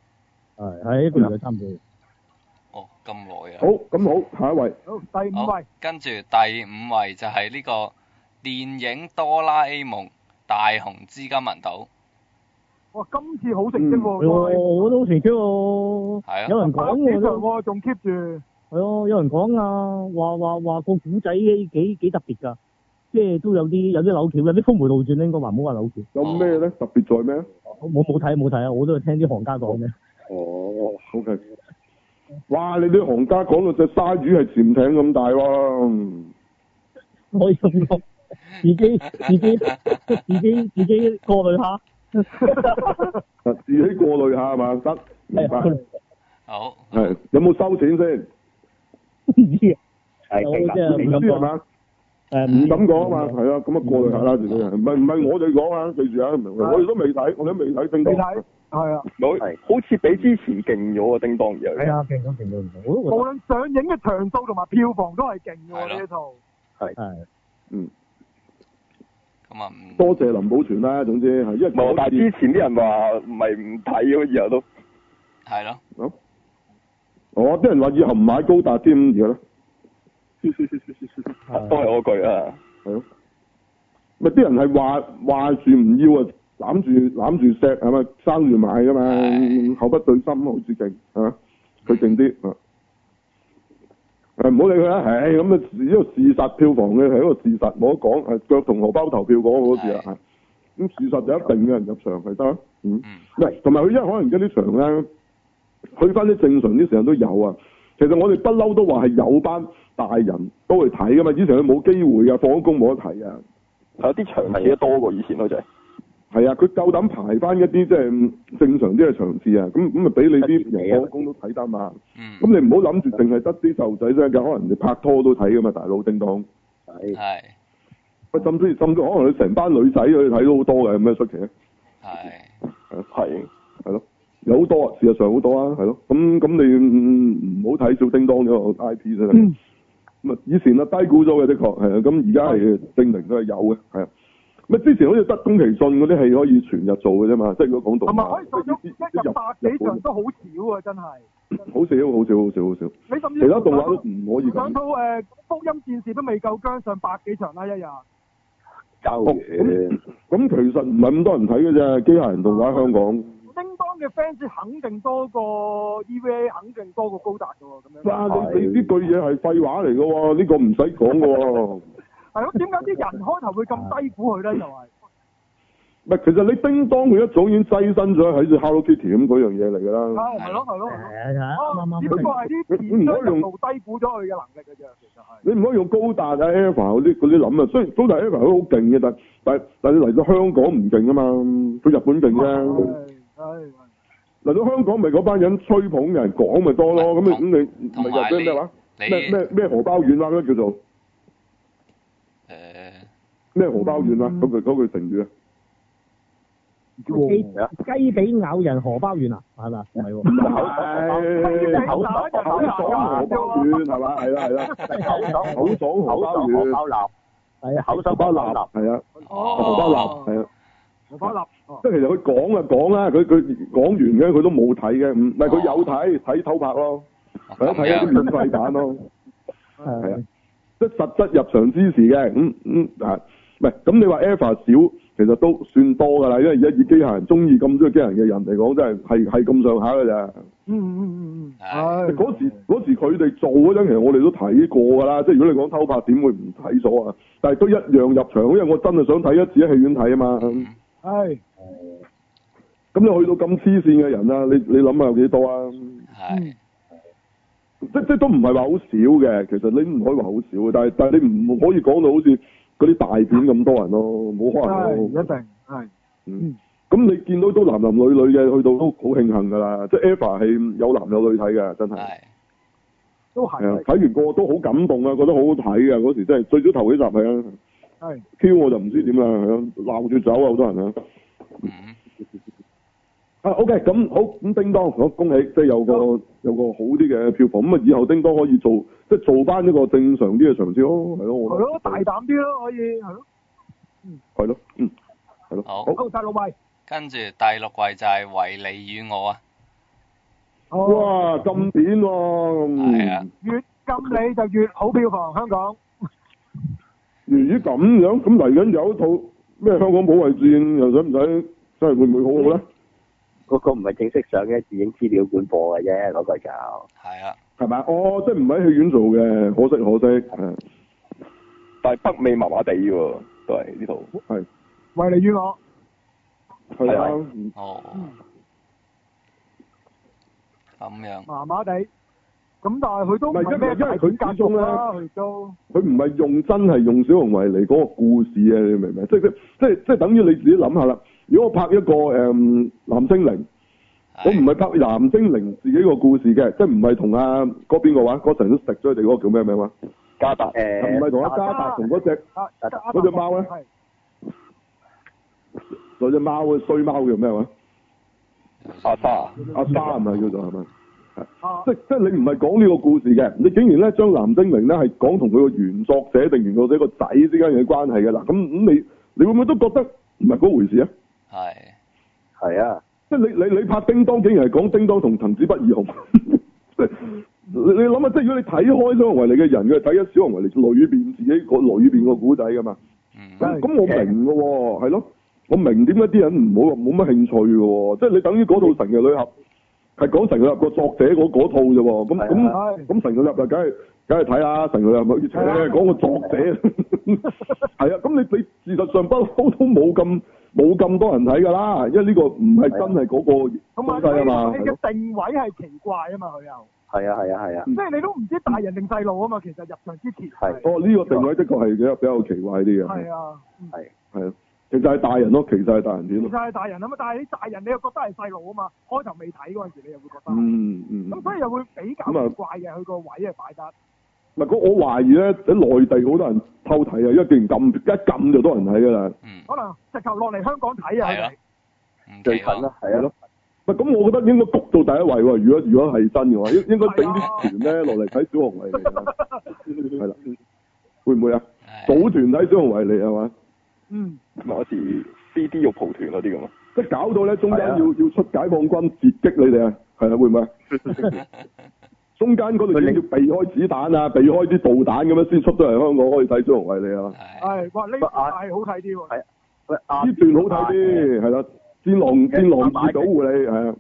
係係一個月就差唔多。
哦，咁耐啊！
好，咁好，下一位。
好第五位。
跟住第五位就係呢個電影《哆啦 A 夢：大雄之金銀島》，
哇！今次好成績喎，
係喎嗯我都好成績
係啊
喎，有人講
呢場
我都
喎仲 keep 住。
係咯，有人講啊，話話話個古仔幾幾特別㗎，即係都有啲有啲扭橋，有啲峰迴路轉應該話唔好話扭橋。
有咩咧？特別在咩？啊
我我冇睇冇睇啊，我都係聽啲行家 講嘅。
哦，OK。哇！你啲行家講到隻鯊魚係潛艇咁大喎，
可以咁講，自己自己自己自己過濾下。
啊自己過濾下係嘛？得，明
哎
白。
好，
係有冇收錢先？
唔知啊，
係
我真係唔敢
唔知係嘛
講。？嗯誒
唔敢講啊嘛，係啊，咁啊過濾下啦，自己係唔係唔係我哋講啊？記住啊，唔係我哋都未睇，我哋都未睇正
你
講
睇。係啊，
佢好似比之前勁咗啊！叮當而
係
家
啊，勁到勁到唔到，我
無
都覺
論上映嘅場數同埋票房都係勁
係
喎
咯
呢套。
得係。
嗯，
咁啊唔
多謝林保全啦，總之係因為
唔係，但係
嗰
之
次
前啲人話唔係唔睇啊，以後都
係咯，
哦，啲人話以後唔買高達添，而家咧
都係嗰句啊。
係咯，咪啲人係話話住唔要啊，攬住攬住錫係咪生住買噶嘛
係？
口不對心啊好似勁係嘛？佢勁啲啊！誒唔好理佢啦，唉咁啊，呢個事實票房嘅係一個事實，冇得講。誒腳同荷包投票講嗰次啊，係咁事實就一定有人入場係得啦。嗯，
嗯，
唔係同埋佢因為可能而家啲場咧，去翻啲正常啲時間都有啊。其實我哋不嬲都話係有班大人都去睇噶嘛，以前佢冇機會啊，放咗工冇得睇啊。
有啲場睇得多過以前咯，就係
係啊，佢夠膽排翻一啲即係嗯正常啲嘅場次啊，咁咁咪俾你啲人放工都睇得嘛。
嗯，
咁你唔好諗住淨係得啲細路仔啫，有可能你拍拖都睇噶嘛，大佬叮當。
係
係
喂，甚至甚至可能你成班女仔去睇都好多嘅，有咩出奇啊咧？
係
係
係咯，有好多啊，事實上好多啊，係咯。咁咁你嗯唔唔好睇小叮當呢個 I P 真
嗯
係。咁啊，以前啊低估咗嘅，的確係啊。咁而家
哦
係證明佢係有嘅，係啊。咪之前好似得宮崎駿嗰啲係可以全日做嘅啫嘛，即係如果講動
同埋
畫
可以上咗一日百幾場都好少啊！真係，
好少好少好少好少，
你甚至
其他動畫都唔可以
上
咁。
到誒福音戰士都未夠姜上百幾場啦一日。
周
哦
遠
咁其實唔係咁多人睇嘅啫，機械人動畫香港
叮當嘅 fans 肯定多過 EVA，肯定多過高達嘅喎，咁樣。
哇！你你呢句嘢係廢話嚟嘅喎，呢個唔使講嘅喎。
係咯，點解啲人開頭會咁低估佢 咧？就係
唔係，其實你叮當佢一早已經躋身咗喺隻 Hello Kitty 咁嗰樣嘢嚟㗎
啊
啦。
係係咯係咯係咯。
係啊，啱啱
哦，只不過
啱。
係啲片商人路低估咗佢嘅能力嘅啫，其實係。
你唔可以用高達啊、Eva 嗰啲嗰啲諗啊。雖然高達 Eva 都好勁嘅，但但但你嚟到香港唔勁啊嘛，佢日本勁
啊
係
啫。
係。
嚟到香港咪嗰班人吹捧人講咪多咯。咁你咁你
同
咪
埋
入咩咩話？
你
咩咩咩荷包丸啦，嗰啲叫做
誒
咩荷包丸啦？咁佢嗰句成語啊。
雞
啊
雞髀咬人荷包丸啊，係咪啊？唔係喎。
係
口爽
口爽荷包丸係嘛？係啦係啦，口爽荷包
口手
丸，
包立，
係啊，
口手包立。
係啊，荷包
哦，
立係啊。
荷包立。哦
即係其實佢講就講啦，佢佢講完嘅佢都冇睇嘅，唔唔係佢有睇睇偷拍咯，或者
哦咁
睇一啲
樣
免費版咯， 係啊
係，
即係實質入場支持嘅，咁咁啊，唔係咁你話 Alpha 少，其實都算多㗎啦，因為而家以機械人中意咁中意機械人嘅人嚟講，真係係係咁上下㗎咋。
Ừ,
嗯嗯嗯嗯嗯。
係
Ờ.
係。
嗰時嗰時佢哋做嗰陣，其實我哋都睇過㗎啦，即係如果你講偷拍，點會唔睇咗啊？但係都一樣入場，因為我真係想睇一次喺戲院睇啊嘛。
嗯
係。
咁你去到咁黐線嘅人啊，你你諗下有幾多啊？
係
即即都唔係話好少嘅，其實你唔可以話好少嘅，但係
Ừ.
但係你唔可以講到好似嗰啲大片咁多人咯，冇可能
係
咯
一。定係。
咁你見到都男男女女嘅，去到都好慶幸㗎啦。即係 Eva 係有男有女睇嘅，真係。
都
係啊，睇完個都好感動啊，覺得好好睇啊！嗰時真係最早頭幾集係啊
係
，Q 我就唔知點啦，係啊，鬧住走啊，好多人啊。啊，OK，咁好，咁叮當，好恭喜，即係有個有個好啲嘅票房，咁啊以後叮當可以做，即係做翻一個正常啲嘅嘗試咯，係咯，我
係
覺得
咯，大膽啲咯，可以係咯，
係咯，嗯，係咯，
好，
好大老米，
跟住第六位就係維尼與我啊，
Ờ,
哦哇，咁典嗯
係啊
越
喎，
禁你就越好票房，香港
如果咁樣，咁嚟緊有一套咩香港保衞戰，又使唔使真係會唔會好好咧？
嗰個唔係正式上嘅電影資料館播嘅啫，嗰個就
係啊，
係咪？哦，即係唔喺戲院做嘅，可惜可惜，係
但係北美麻麻地喎，都係呢套。
係
維尼與我
係啊，
哦，咁樣，
麻麻地，咁但係佢都唔
唔係
係咩
因為
大
因為佢
片格
始終
局
呢
啦，佢都
佢唔係用真係用小紅維尼嗰個故事啊，你明唔明？即係即係即係等於你自己諗下啦。如果我拍一個誒、嗯藍精靈，我唔係拍藍精靈自己個故事嘅，即係唔係同阿嗰邊個話嗰陣都食咗佢哋嗰個叫咩名話？
加達
唔
誒
係同阿加達同嗰只
À,
啊
嗰隻貓咧，
係
嗰只貓啊衰貓叫咩話？
阿沙，
阿沙唔係叫做係咪？
Ờ.
啊
即即係你唔係講呢個故事嘅，你竟然咧將藍精靈咧係講同佢個原作者定原作者個仔之間嘅關係嘅嗱，咁咁你你會唔會都覺得唔係嗰回事啊？
係，
係啊，
即係你你你拍叮當竟然係講叮當同藤子不二雄， 即係你你諗下，即係如果你睇開小熊維尼嘅人，佢係睇緊小熊維尼裏邊自己個裏邊個古仔噶嘛，
嗯，
咁咁我明嘅喎，係咯，我明點解啲人唔好冇乜興趣嘅喎，即係你等於嗰套《神嘅女俠》係講神嘅女俠個作者嗰嗰套啫喎，咁咁。
係
咁成個入啊，梗係梗係睇啦，成個入咪扯講個作者，係啊，咁你你事實上不嬲都冇咁冇咁多人睇㗎啦，因為呢個唔係真係嗰個
同埋
東西啊嘛，
你
係咯
嘅定位係奇怪啊嘛，佢又
係啊，係啊，係啊，
即係你都唔知大人定細路啊嘛，其實入場之前
係
哦呢個定位的確係比較比較奇怪啲嘅，
係
ờ.
啊，嗯
係啊，其實係大人咯，其實係大人
其
片
實
咯，
係大人啊嘛，但係你大人你又覺得係細路啊嘛，開頭未睇嗰陣時你又會覺得係。
嗯嗯，
咁所以又會比較
咁啊
奇怪嘅，佢個位啊擺得
唔係嗰我懷疑咧喺內地好多人偷睇啊，因為既然撳一撳就多人睇㗎啦。
嗯，
可能直頭落嚟香港睇啊，
係
佢
啊
哋
唔
最
奇
近啦
咯，，
係啊，
唔係咁，我覺得應該谷到第一位喎。如果如果係真嘅話，應應該
啊
整啲團咧落嚟睇小熊維尼㗎，係啦，會啊唔會啊？
係，
組團睇小熊維尼係啊嘛？
嗯，
好似 CD 肉蒲團嗰啲咁啊。
即係搞到咧，中間
係啊
要要出解放軍截擊你哋啊，係啊，會唔會啊？中間嗰度已經要避開子彈啊，避開啲導彈咁樣先出到嚟香港可以睇小熊維尼啊。
係
係，
哇呢個
不
係
啊
好睇啲喎，
喂阿
呢段
啊
好睇啲，係啦，戰狼戰狼二保護你係啊，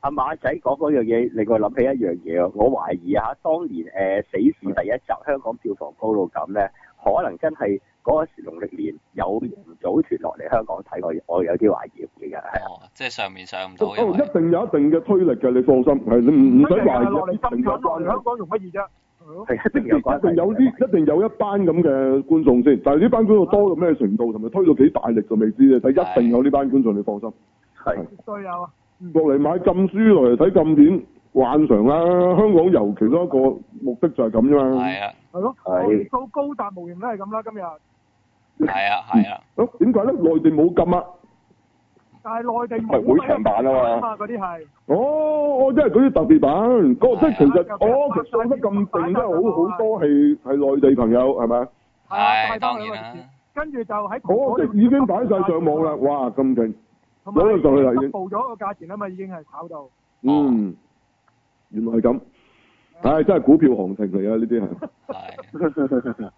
阿馬仔講嗰樣嘢，令我諗起一樣嘢喎我懷疑啊，當年誒、呃死侍第一集香港票房高到咁咧，可能真係嗰時農曆年有人組團落嚟香港睇，我我有啲懷疑嘅，係啊，
哦，即係上面上唔
哦
到，因為
一定有一定嘅推力嘅，你放心，係你
嗯
唔唔使
咁你又落
懷疑，
嚟
一
深
定
圳
有
落
關
嚟
係
香港用乜嘢啫？係咯
係啊一定
一
有
定
關係
有啲，一定有一班咁嘅觀眾先，但係呢班觀眾多到咩程度，同埋推到幾大力就未知咧。但係一定有呢班觀眾，你放心。
係
絕對有啊，
落嚟買禁書，落嚟睇禁片，慣常啦。香港遊其中一個目的就係咁啫嘛。
係啊，
係咯，
係
我哋做高達模型都係咁啦，今日，
係啊，係啊，
咁點解咧？內地冇禁啊？
但係內地
咪
冇
會場版啊嘛，
嘛，嗰啲係
哦，我真係嗰啲特別版，嗰個即係其實，哦，其實做得咁定，真係好好多係係內地朋友係咪？
啊
係當然啦，
跟住就喺淘
哦
寶，
即係已經擺晒上網啦，哇，咁勁！
同埋
攞咗上去啦已經
報咗個價錢啊嘛，已經係炒到
嗯，原來係咁，唉、真係股票行情嚟啊！呢啲係
係，
嗯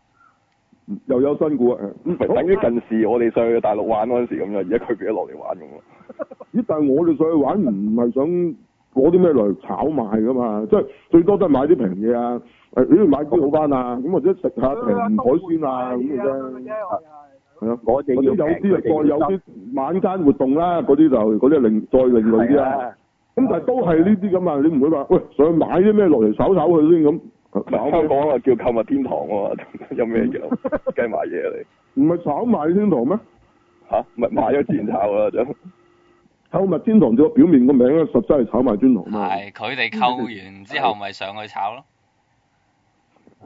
又有新股啊！嗯
咪
好
等於近時我哋上去大陸玩嗰陣時咁樣，而家佢變咗落嚟玩咁啊咯。
咦，但係我哋上去玩唔係想攞啲咩嚟炒賣噶嘛，即係最多都係買啲平嘢啊，誒，咦買啲好翻啊，咁或者食下平海鮮啊咁嘅啫。
啫，我哋係
係咯，
我哋
嗰啲
要
有啲啊，
平佢哋
再有
要
啲晚間活動啦，嗰啲就嗰啲係另再另類啲
係
啦。
啊，
咁但係都係呢啲咁啊，你唔會話喂上去買啲咩落嚟炒炒佢先咁。炒
香港啊叫購 物天堂啊嘛，有咩叫計埋嘢嚟？
唔係炒賣天堂咩？
係
嚇，咪賣咗錢炒
啊
啦就。
購物天堂只個表面個名咧，實質係炒賣天堂嘛。
係佢哋溝完之後，咪上去炒咯。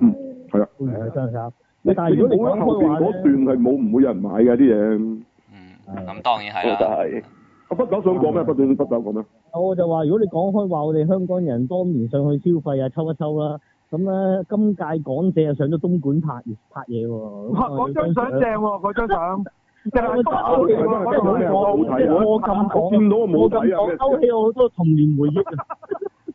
嗯，係啊。
真係啱。
你
但係如果你
冇咗
講
後
開
邊
話
嗰段係冇唔會有人買嘅啲嘢。
咁當然係啦。
阿北斗想講咩？北斗北斗講咩？
我就話，如果你講開話，我哋香港人當年上去消費啊，抽一抽啦。咁咧，今屆港姐啊上咗東莞拍拍嘢喎。
哇！嗰張相正喎，嗰張相。淨係
我
嗰張相
咁
嗰張相
講，我咁講，我咁講，勾起我好多童年回憶啊，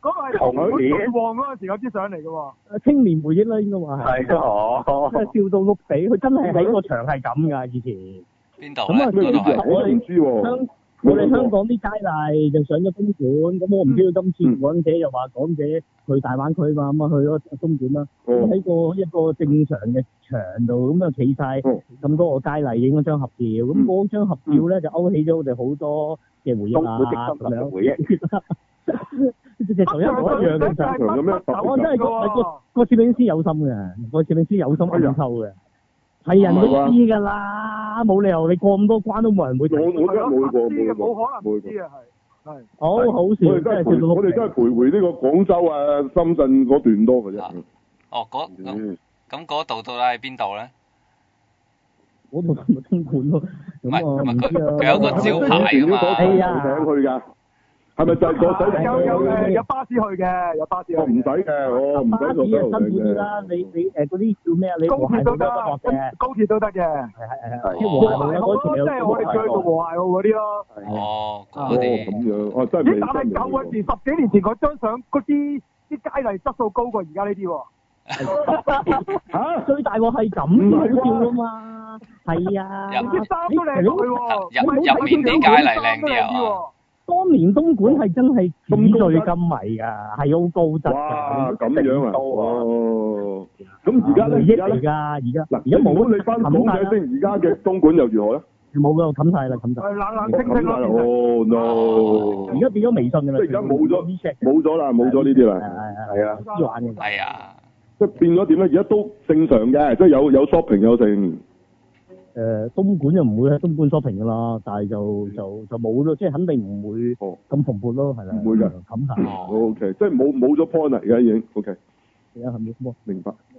嗰個係
同年
好旺嗰陣時嗰支相嚟嘅喎。
青年回憶啦，應該話係。
係啊哦
真係笑到碌地，佢真係喺個場係咁㗎，以前。
邊
咁啊，
咩
其實我
我唔
哋
知喎
香。我哋香港啲佳麗就上咗東莞，咁我唔知道今次港姐又話港姐去大灣區嘛，咁啊去咗東莞啦。
哦
咁喺個一個正常嘅場度，咁啊企晒咁多個佳麗影咗張合照，咁嗰張合照咧就勾起咗我哋好多嘅回憶
東
啊，
莞的
咁
深入
樣
回 憶。
直頭一模一樣嘅
北上
就
咁樣北上
我真係個個個攝影師有心嘅，個攝影師有心暗抽嘅，係人都知㗎啦，冇理由你過咁多關都冇人會睇。
我我真係冇過，
呢
冇
個
過，
冇可
冇
能唔
過
知。啊，係係。
好好笑，
我哋
真係
真係徘
笑到
我哋真係徘徊呢個廣州啊、深圳嗰段多嘅啫。
哦，嗰
嗯
咁咁嗰度到底喺邊度咧？
嗰度咪東莞咯，咁我唔知啊。
佢有個招牌㗎嘛
哎
請
呀，
去㗎，係咪就係個仔
有有誒有
啊
請
巴士去嘅，有巴士去
我唔使
嘅。
嘅，我唔
巴
使
士
做
啊辛
細路
苦啲
仔
啦
嘅。，
你你誒嗰啲叫咩啊？你
高
和諧
鐵
冇
都
得
得
學嘅，，
高鐵都得嘅。
係係係，
哦
即係啊
和
和諧冇得
諧號
嗰條
咯，即
有
係我哋去到和諧號嗰啲咯。
哦，
哦，
嗰
咁
啲
樣，哦，真係
咦
未？
但係
真係
舊嗰時
未。
十幾年前嗰張相，嗰啲啲佳麗質素高過而家呢啲喎。
嚇，
最大鑊係咁好笑啊嘛，係啊，
入
啲衫都靚女喎，
入
唔係
入面啲佳麗靚啲啊！
喎。
當年東莞係真係紙醉金迷㗎，係好高質
哇，
㗎，
咁樣啊，哦，咁而家
回
咧，
憶
而家
嚟㗎，
咧，
啊而家
嗱，
而家冇
如果你翻港
冚晒啦
姐先，而家嘅東莞又如何咧？
冇㗎，冚晒啦，冚晒。
係啊冷冷清
咁
清
大啦，
咯，
哦
而
no，
家變咗微信㗎
即
啦，
係而家冇咗
WeChat 㗎，
冇咗啦，冇咗呢啲啦。
係
啊
係玩嘅。
係啊，
即係變咗點咧？而家都正常嘅，即係有有 shopping 有剩，
誒、東莞就唔會喺東莞 shopping 噶啦，但係就就就冇咯，即係肯定唔會
哦
咁蓬勃咯，係啦，
唔會嘅
冚下，
哦，
O、k 即係冇冇咗 point 嚟嘅已經，OK，
係啊，係咪咁啊？
明白。嗯啊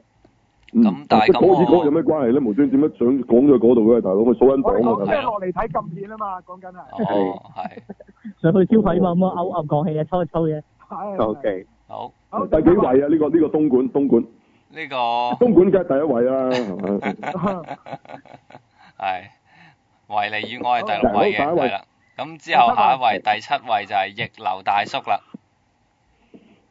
咁但係
即係
咁
嗰嗰
我
有咩關係咧？無端點樣想講咗嗰度嘅大佬，我數緊
我哋
講
講
㗎
即
大
係
佬。
落嚟睇禁片啊嘛，講緊係。
哦，係
上去消費嘛，咁啊勾勾講氣啊，抽一抽嘢，
啊
係
O K，
好
好
第幾位啊？呢、個呢、個東莞，東莞，
呢個係
東莞梗係第一位啦，係咪？
維尼與我係第六位嘅，係啊啦。咁之後下一位第七位就係逆流大叔啦。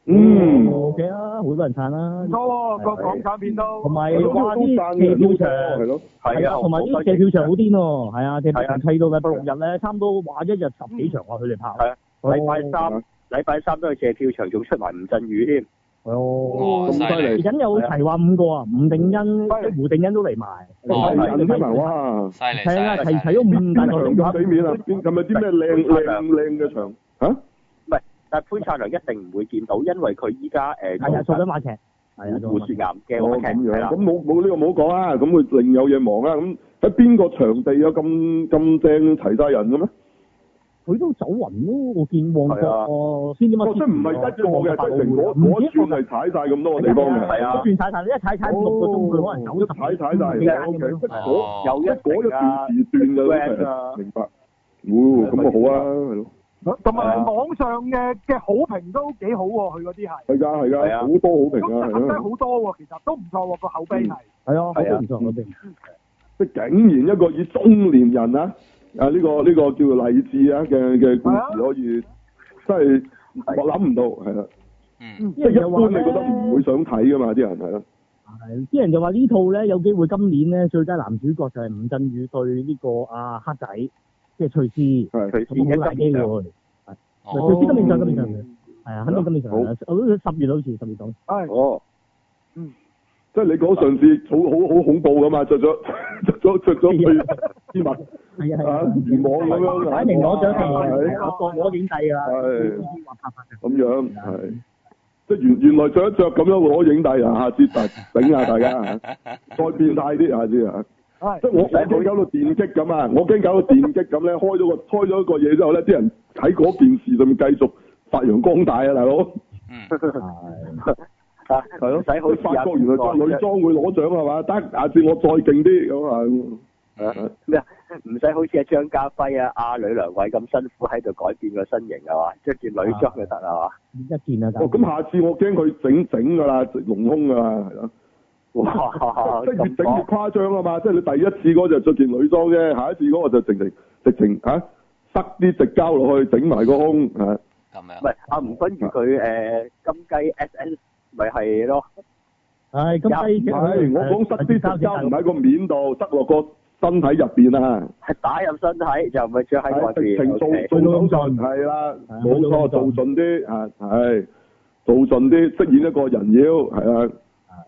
嗯，
，OK 啊，好多人撐啦
唔，錯喎，個港產片都
同埋
都
話
都
啲
讚嘅
騎
都
票
讚
場
喎係。咯，
係啊，
同埋啲
嘅
騎票場好癲喎，係啊，騎票
係啊
場砌到禮拜六日咧，差唔多話一日十幾場啊，佢哋拍。
係啊，禮拜三禮拜三都去借票場，仲出埋吳鎮宇添。
係
啊
哦，
哦，犀利，
緊有齊話五個啊，吳定欣、即係胡定欣都嚟埋，
哦
係人添啊！哇，
犀利，犀
係啊，齊
利，
齊咗五大
邊
個領
場咁
隊。
俾面啊？邊係咪啲咩靚靚靚嘅場？嚇、
但潘燦良一定唔會見到，因為佢依家誒
係啊，做緊話劇。係啊，做緊
胡
話
雪
劇。
岩嘅
哦
話
咁
劇係
樣，
啦
咁。冇冇呢個冇講啦，咁佢另有嘢忙啦。咁喺邊個場地有咁咁正齊晒人嘅咩？
佢都走雲咯，我見旺角
係啊
哦，先點啊？
哦，即係唔係一個嘅，即係成嗰
唔知
嗰一
一個
轉係踩晒咁多個地方嘅。
係啊
轉晒晒，一踩踩六個鐘，佢可能
一
走十
踩踩晒
幾間咁樣
嘅，即係嗰
哦
有
即係
一
嗰一
定啊
段時段就
Grand 啊
明白。哦，咁啊好啊，係咯，Ờ.
同埋網上嘅嘅好評都幾好喎，佢嗰啲係。
係㗎係
係
㗎，
啊
好多好評啊，
咁
係
真係
咯，
好多喎，其實都唔錯喎，個口碑係。
係啊，好
係啊
唔錯嗰邊。
即係竟然一個以中年人啊，啊呢個呢個叫勵志啊嘅嘅故事可以，真係我諗唔到，係啦，
嗯，
即
啲人
係
就
一
話
般
咧
你覺得唔會想睇㗎嘛，啲人係啊啦。
係啲人就話呢套咧有機會今年咧最佳男主角就係吳鎮宇對呢個阿黑仔，即係翠絲，
係
佢
咁好大機會。
嘅
翠絲今年上，今年上
哦
嘅，係啊，肯定今年上嘅。我十月好似十月到。
係。
哦，
嗯
即係你講上次好好好恐怖㗎嘛，着咗 着咗着咗
啊
去絲襪
係啊係
啊
啊，
漁網咁樣啊，
擺明攞獎係
係
攞攞影帝㗎啦。
係
拍拍
咁樣係。即係原原來 着一着咁樣會攞影帝啊！下次大頂下大家，再變態啲下次啊！即係我我驚搞到電擊咁啊！我驚搞到電擊咁咧，開咗個開咗一個嘢之後咧，啲人喺嗰件事上面繼續發揚光大啊，大佬。
啊，
係咯，
唔使好似
發
阿
覺原來着女裝會攞獎係嘛？得，下次我再勁啲咁
啊。咩啊？唔使好似阿張家輝啊、阿呂良偉咁辛苦喺度改變個身形係嘛？着件女裝就得 係嘛？
一件啊，
哦，咁下次我驚佢整整㗎啦，隆胸㗎啦，係咯。
哇！
即係越整越誇張啊嘛！即係你第一次嗰就着件女裝啫，下一次嗰個就直情直情嚇塞啲直膠落去，整埋個胸啊嚇。
唔係阿吳君如佢誒金雞 S N 咪係咯，
唉，咁
唔
低
係，我講塞啲呃直膠唔喺個面度，塞落個身體入邊啊！
係打入身體就唔係着喺外
直情
邊。
做
OK
做到盡係啦，冇錯，做盡啲啊，係做盡啲，飾演一個人妖係啦，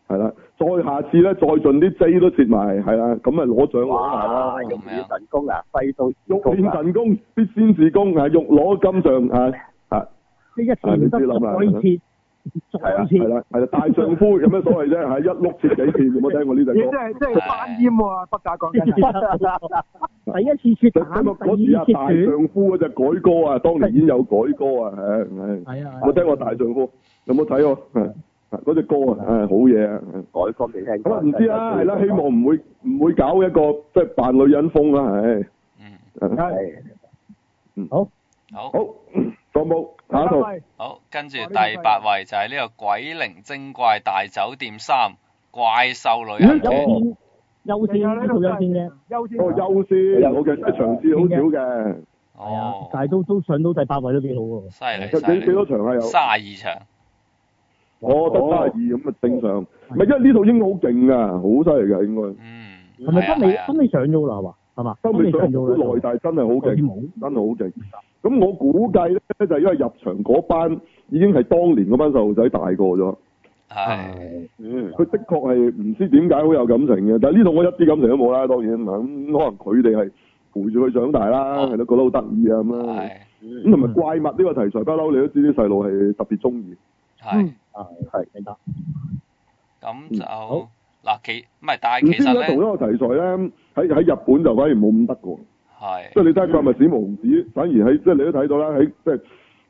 係啦，再下次咧，再盡啲 J 都切埋係啦，咁咪攞獎攞埋啦
哇！。用練神功啊，揮刀
欲練神功，必先自宮，係欲攞金像，啊啊！
即係一件得再切，
係啦，係啦，係啦，大丈夫有咩所謂啫？係一碌切幾片，有冇聽過呢隻
咦，
歌？
真係真係翻煙喎，北大講緊。
第一次切
膽，嗰時啊，大丈夫嗰隻改歌啊，當年已經有改歌啊，係係。
係啊
有冇聽過大丈夫？有冇睇過？係係嗰隻歌啊，係好嘢啊！係
改歌未聽
咁
過
啊，唔知啦，係啦，希望唔會唔會搞一個即係扮女人風啦，係。嗯
係。
嗯。
好。
好。
好。仲有冇下一套？
好，跟住第八位就係呢個《鬼靈精怪大酒店三》怪獸旅行
優
團，
先優先呢套優先啫，
優先。
哦，優先，我嘅即係場次好少嘅。
係啊，但係都都上到第八位都幾好喎。
哦犀利
有
犀
幾
利。
幾多場啊有
三十二場。
我得三
哦
廿二咁啊，正常。唔係，因為呢套應該好勁噶，好犀利噶應該。
嗯
係咪真係真係上咗啦？係嘛？係嘛？
收
真
尾
係
上
上
好
咗啦
耐，。但係真係好勁，真係好勁。咁我估計咧，就係因為入場嗰班已經係當年嗰班細路仔大個咗，嗯
係。
佢的確係唔知點解好有感情嘅。但係呢度我一啲感情都冇啦，當然咁可能佢哋係陪住佢長大
哦
啦，係咯，覺得好得意啊咁啦。咁同埋怪物呢個題材不嬲，你都知啲細路係特別中意。
係。
係明白。
咁就嗱，其唔係，但係
唔知
其
點
實
解同一
咧，
個題材咧，喺喺日本就反而冇咁得嘅喎。
係
即係你睇《怪物史無子》，反而喺即係你都睇到啦，喺即係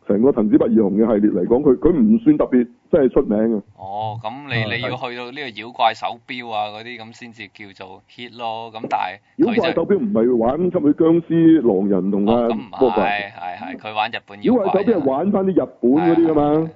成個藤子不二雄嘅系列嚟講，佢佢唔算特別即係出名嘅。
哦，咁你你要去到呢個妖怪手錶
à,
啊嗰啲咁先至叫做 hit 咯，咁但係
妖
佢
怪
就
手錶唔係玩吸血僵屍、狼人同啊
哦咁唔
嗰個
係係係，佢玩日本妖
妖怪
怪啊
手錶係玩翻啲日本嗰啲噶嘛。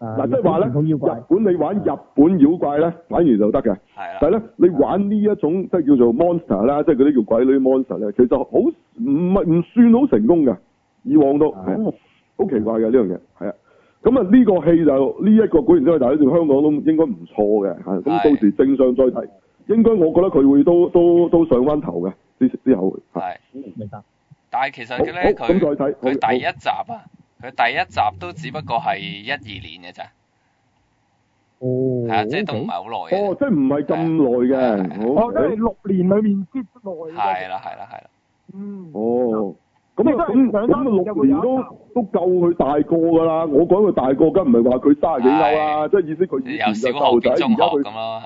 嗱，即係話咧，啊日本你玩日本妖怪咧，反而就得嘅。但係咧，你玩呢一種即係叫做 monster 啦，即係嗰啲叫鬼女 monster 咧，其實好唔係唔算好成功嘅，以往都係啊好奇怪嘅呢樣嘢，係啊。咁啊，呢個戲就呢一個古然之外，大家知道香港都應該唔錯嘅嚇。咁到時正上再睇，應該我覺得佢會都都都上翻頭嘅之之後嚇。
係。
明白。
但係其實佢
好
咧，
好
佢
咁再睇好
佢第一集啊，佢第一集都只不過係一二年嘅咋，
哦。
係啊，即係都唔係好耐嘅。
哦，即係唔係咁耐嘅，
我
好
都係六年裏面之內。
係啦，係啦，係啦。
嗯。
哦，咁啊，
即係
咁
兩
咁
三
啊，
年就
六
會有
年都都夠佢大個㗎啦。我講佢大個，梗唔係話佢卅幾歐啦，即係意思佢以
由
前
小
就細路
學
仔，
變
而家
中學
佢
咁咯，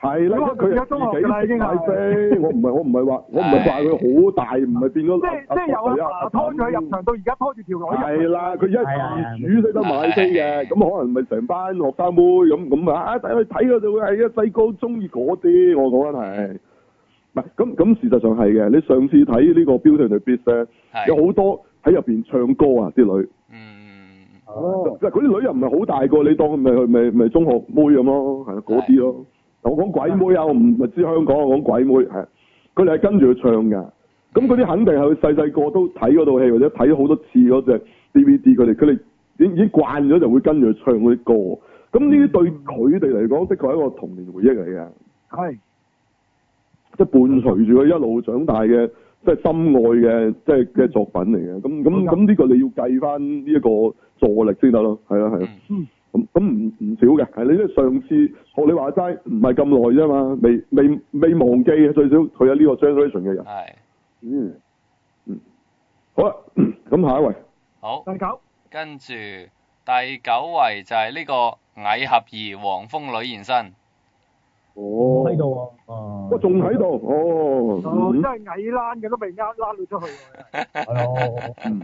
係啦，
小
因為
學
佢
變
係
咗中學
自己
㗎啦已經
識
係
買飛。我唔係我唔係話我唔係話佢好大，唔係變咗
即係即係由
啊
阿爸拖住佢入場，到而家拖住條女入場。
係啊啦，佢一自主識得買飛嘅，咁可能咪成班學生妹咁咁啊！啊，睇嗰就會係啊，細個中意嗰啲，我講緊係。唔係咁咁，事實上係嘅。你上次睇呢個《Beauty and the Beast》咧，有好多喺入邊唱歌啊，啲女。嗯
哦。
嗱，嗰啲女又唔係好大個，你當咪咪咪中學妹咁咯，係啊嗰啲咯。我講鬼妹啊，我唔係知香港，我講鬼妹係啊，佢哋係跟住佢唱㗎。咁嗰啲肯定係佢細細個都睇嗰套戲，或者睇咗好多次嗰隻 DVD，佢哋佢哋已經已經慣咗就會跟住佢唱嗰啲歌。咁呢啲對佢哋嚟講，的確係一個童年回憶嚟嘅，
係。
即係伴隨住佢一路長大嘅，即係心愛嘅，即係嘅作品嚟嘅。咁咁咁呢個你要計翻呢一個助力先得咯，係啊啦係啦。
嗯。
咁咁唔唔少嘅，係你即係上次學你話齋，唔係咁耐啫嘛，未未未忘記嘅，最少佢有呢個 generation 嘅人。
係。
嗯。嗯。好啦， 咁下一位。
好。
第九。
跟住第九位就係呢個《蟻俠二黃蜂女現身》。
哦
喺度喎。哦。
我仲喺度，哦，
哦
嗯
真係矮躝嘅都未呃躝到出去喎。
嗯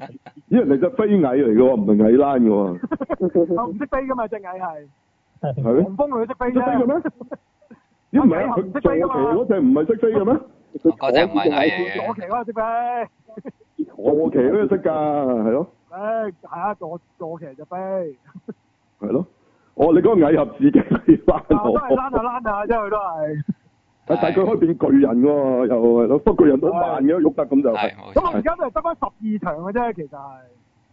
咦人哋只飛蟻嚟嘅喎，唔係蟻躝嘅喎，
我哦唔識飛噶嘛，隻蟻係
係咩？
紅蜂女識飛
嗯識飛嘅
啫。
咩？咦唔係啊，佢坐騎嗰只唔係識飛嘅咩？
嗰隻唔
我
係啊蟻嚟嘅
我。騎嗰隻識飛，
坐騎都識㗎，係咯
唉，係啊，坐坐騎就飛，啊
係咯。哦，你嗰個蟻俠自己啊係躝
啊都係躝下
我，
躝下，即係佢都係。
但係佢可以變巨人喎，又係咯，不過巨人都好慢嘅，喐得咁就哦係。
咁啊我而家都係得翻十二場嘅啫，其實係。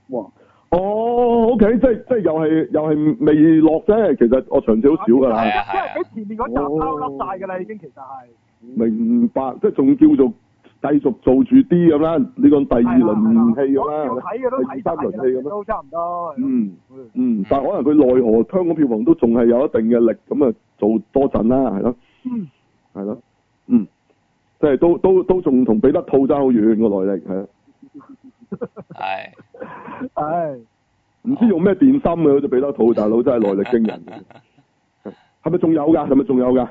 哇！哦，OK，即係即係又係又係未落啫，其實我場次好少㗎
哦
啦。
啊
因為俾前面嗰集拋笠晒㗎啦，已經其實係。
明白，即係仲叫做繼續做住啲咁啦，呢個哦
啊
第二輪戲咁啦，
要睇嘅都睇
第三輪戲啊
曬，都差唔多。
嗯嗯，但係可能佢奈何香港票房都仲係有一定嘅力，咁啊做多陣啦，係咯，
嗯，
係咯，嗯，即係都都都仲同彼得兔爭好遠個內力係，
係。
唉，
唔知用咩電芯嘅嗰只彼得兔大佬真係內力驚人， 係咪仲有㗎？係咪仲有㗎？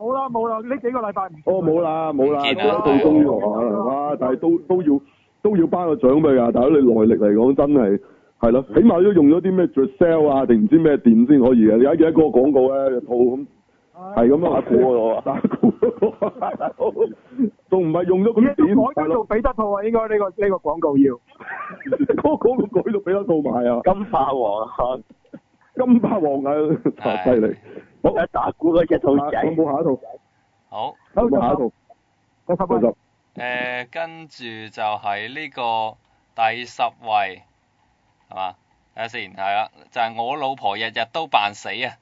好啦冇啦，呢幾個禮拜唔。
哦，冇啦冇啦，
唔
彼
見啦
得兔終於落啦，哇！但係都都要都要頒個獎俾佢㗎，大佬你內力嚟講真係係咯，起碼都用咗啲咩 d r s e l 啊定唔知咩電先可以嘅，你而家記得嗰個廣告咧，兔咁係咁
打鼓嗰個啊
打鼓嗰個大佬仲唔係用咗咁
都
點？
改
係
咗做
咯，
彼得兔啊！應該呢個呢個廣告要。
嗰嗰個改到俾得兔賣啊！
金霸王啊，
金霸王啊，犀利！好，
一打鼓嗰只兔
啊
仔
有，冇下一套？
好。
有冇下一套？
第十
第十
誒、跟住就係呢個第十位，係嘛？睇下先，係啦，就係、我老婆日日都扮死啊！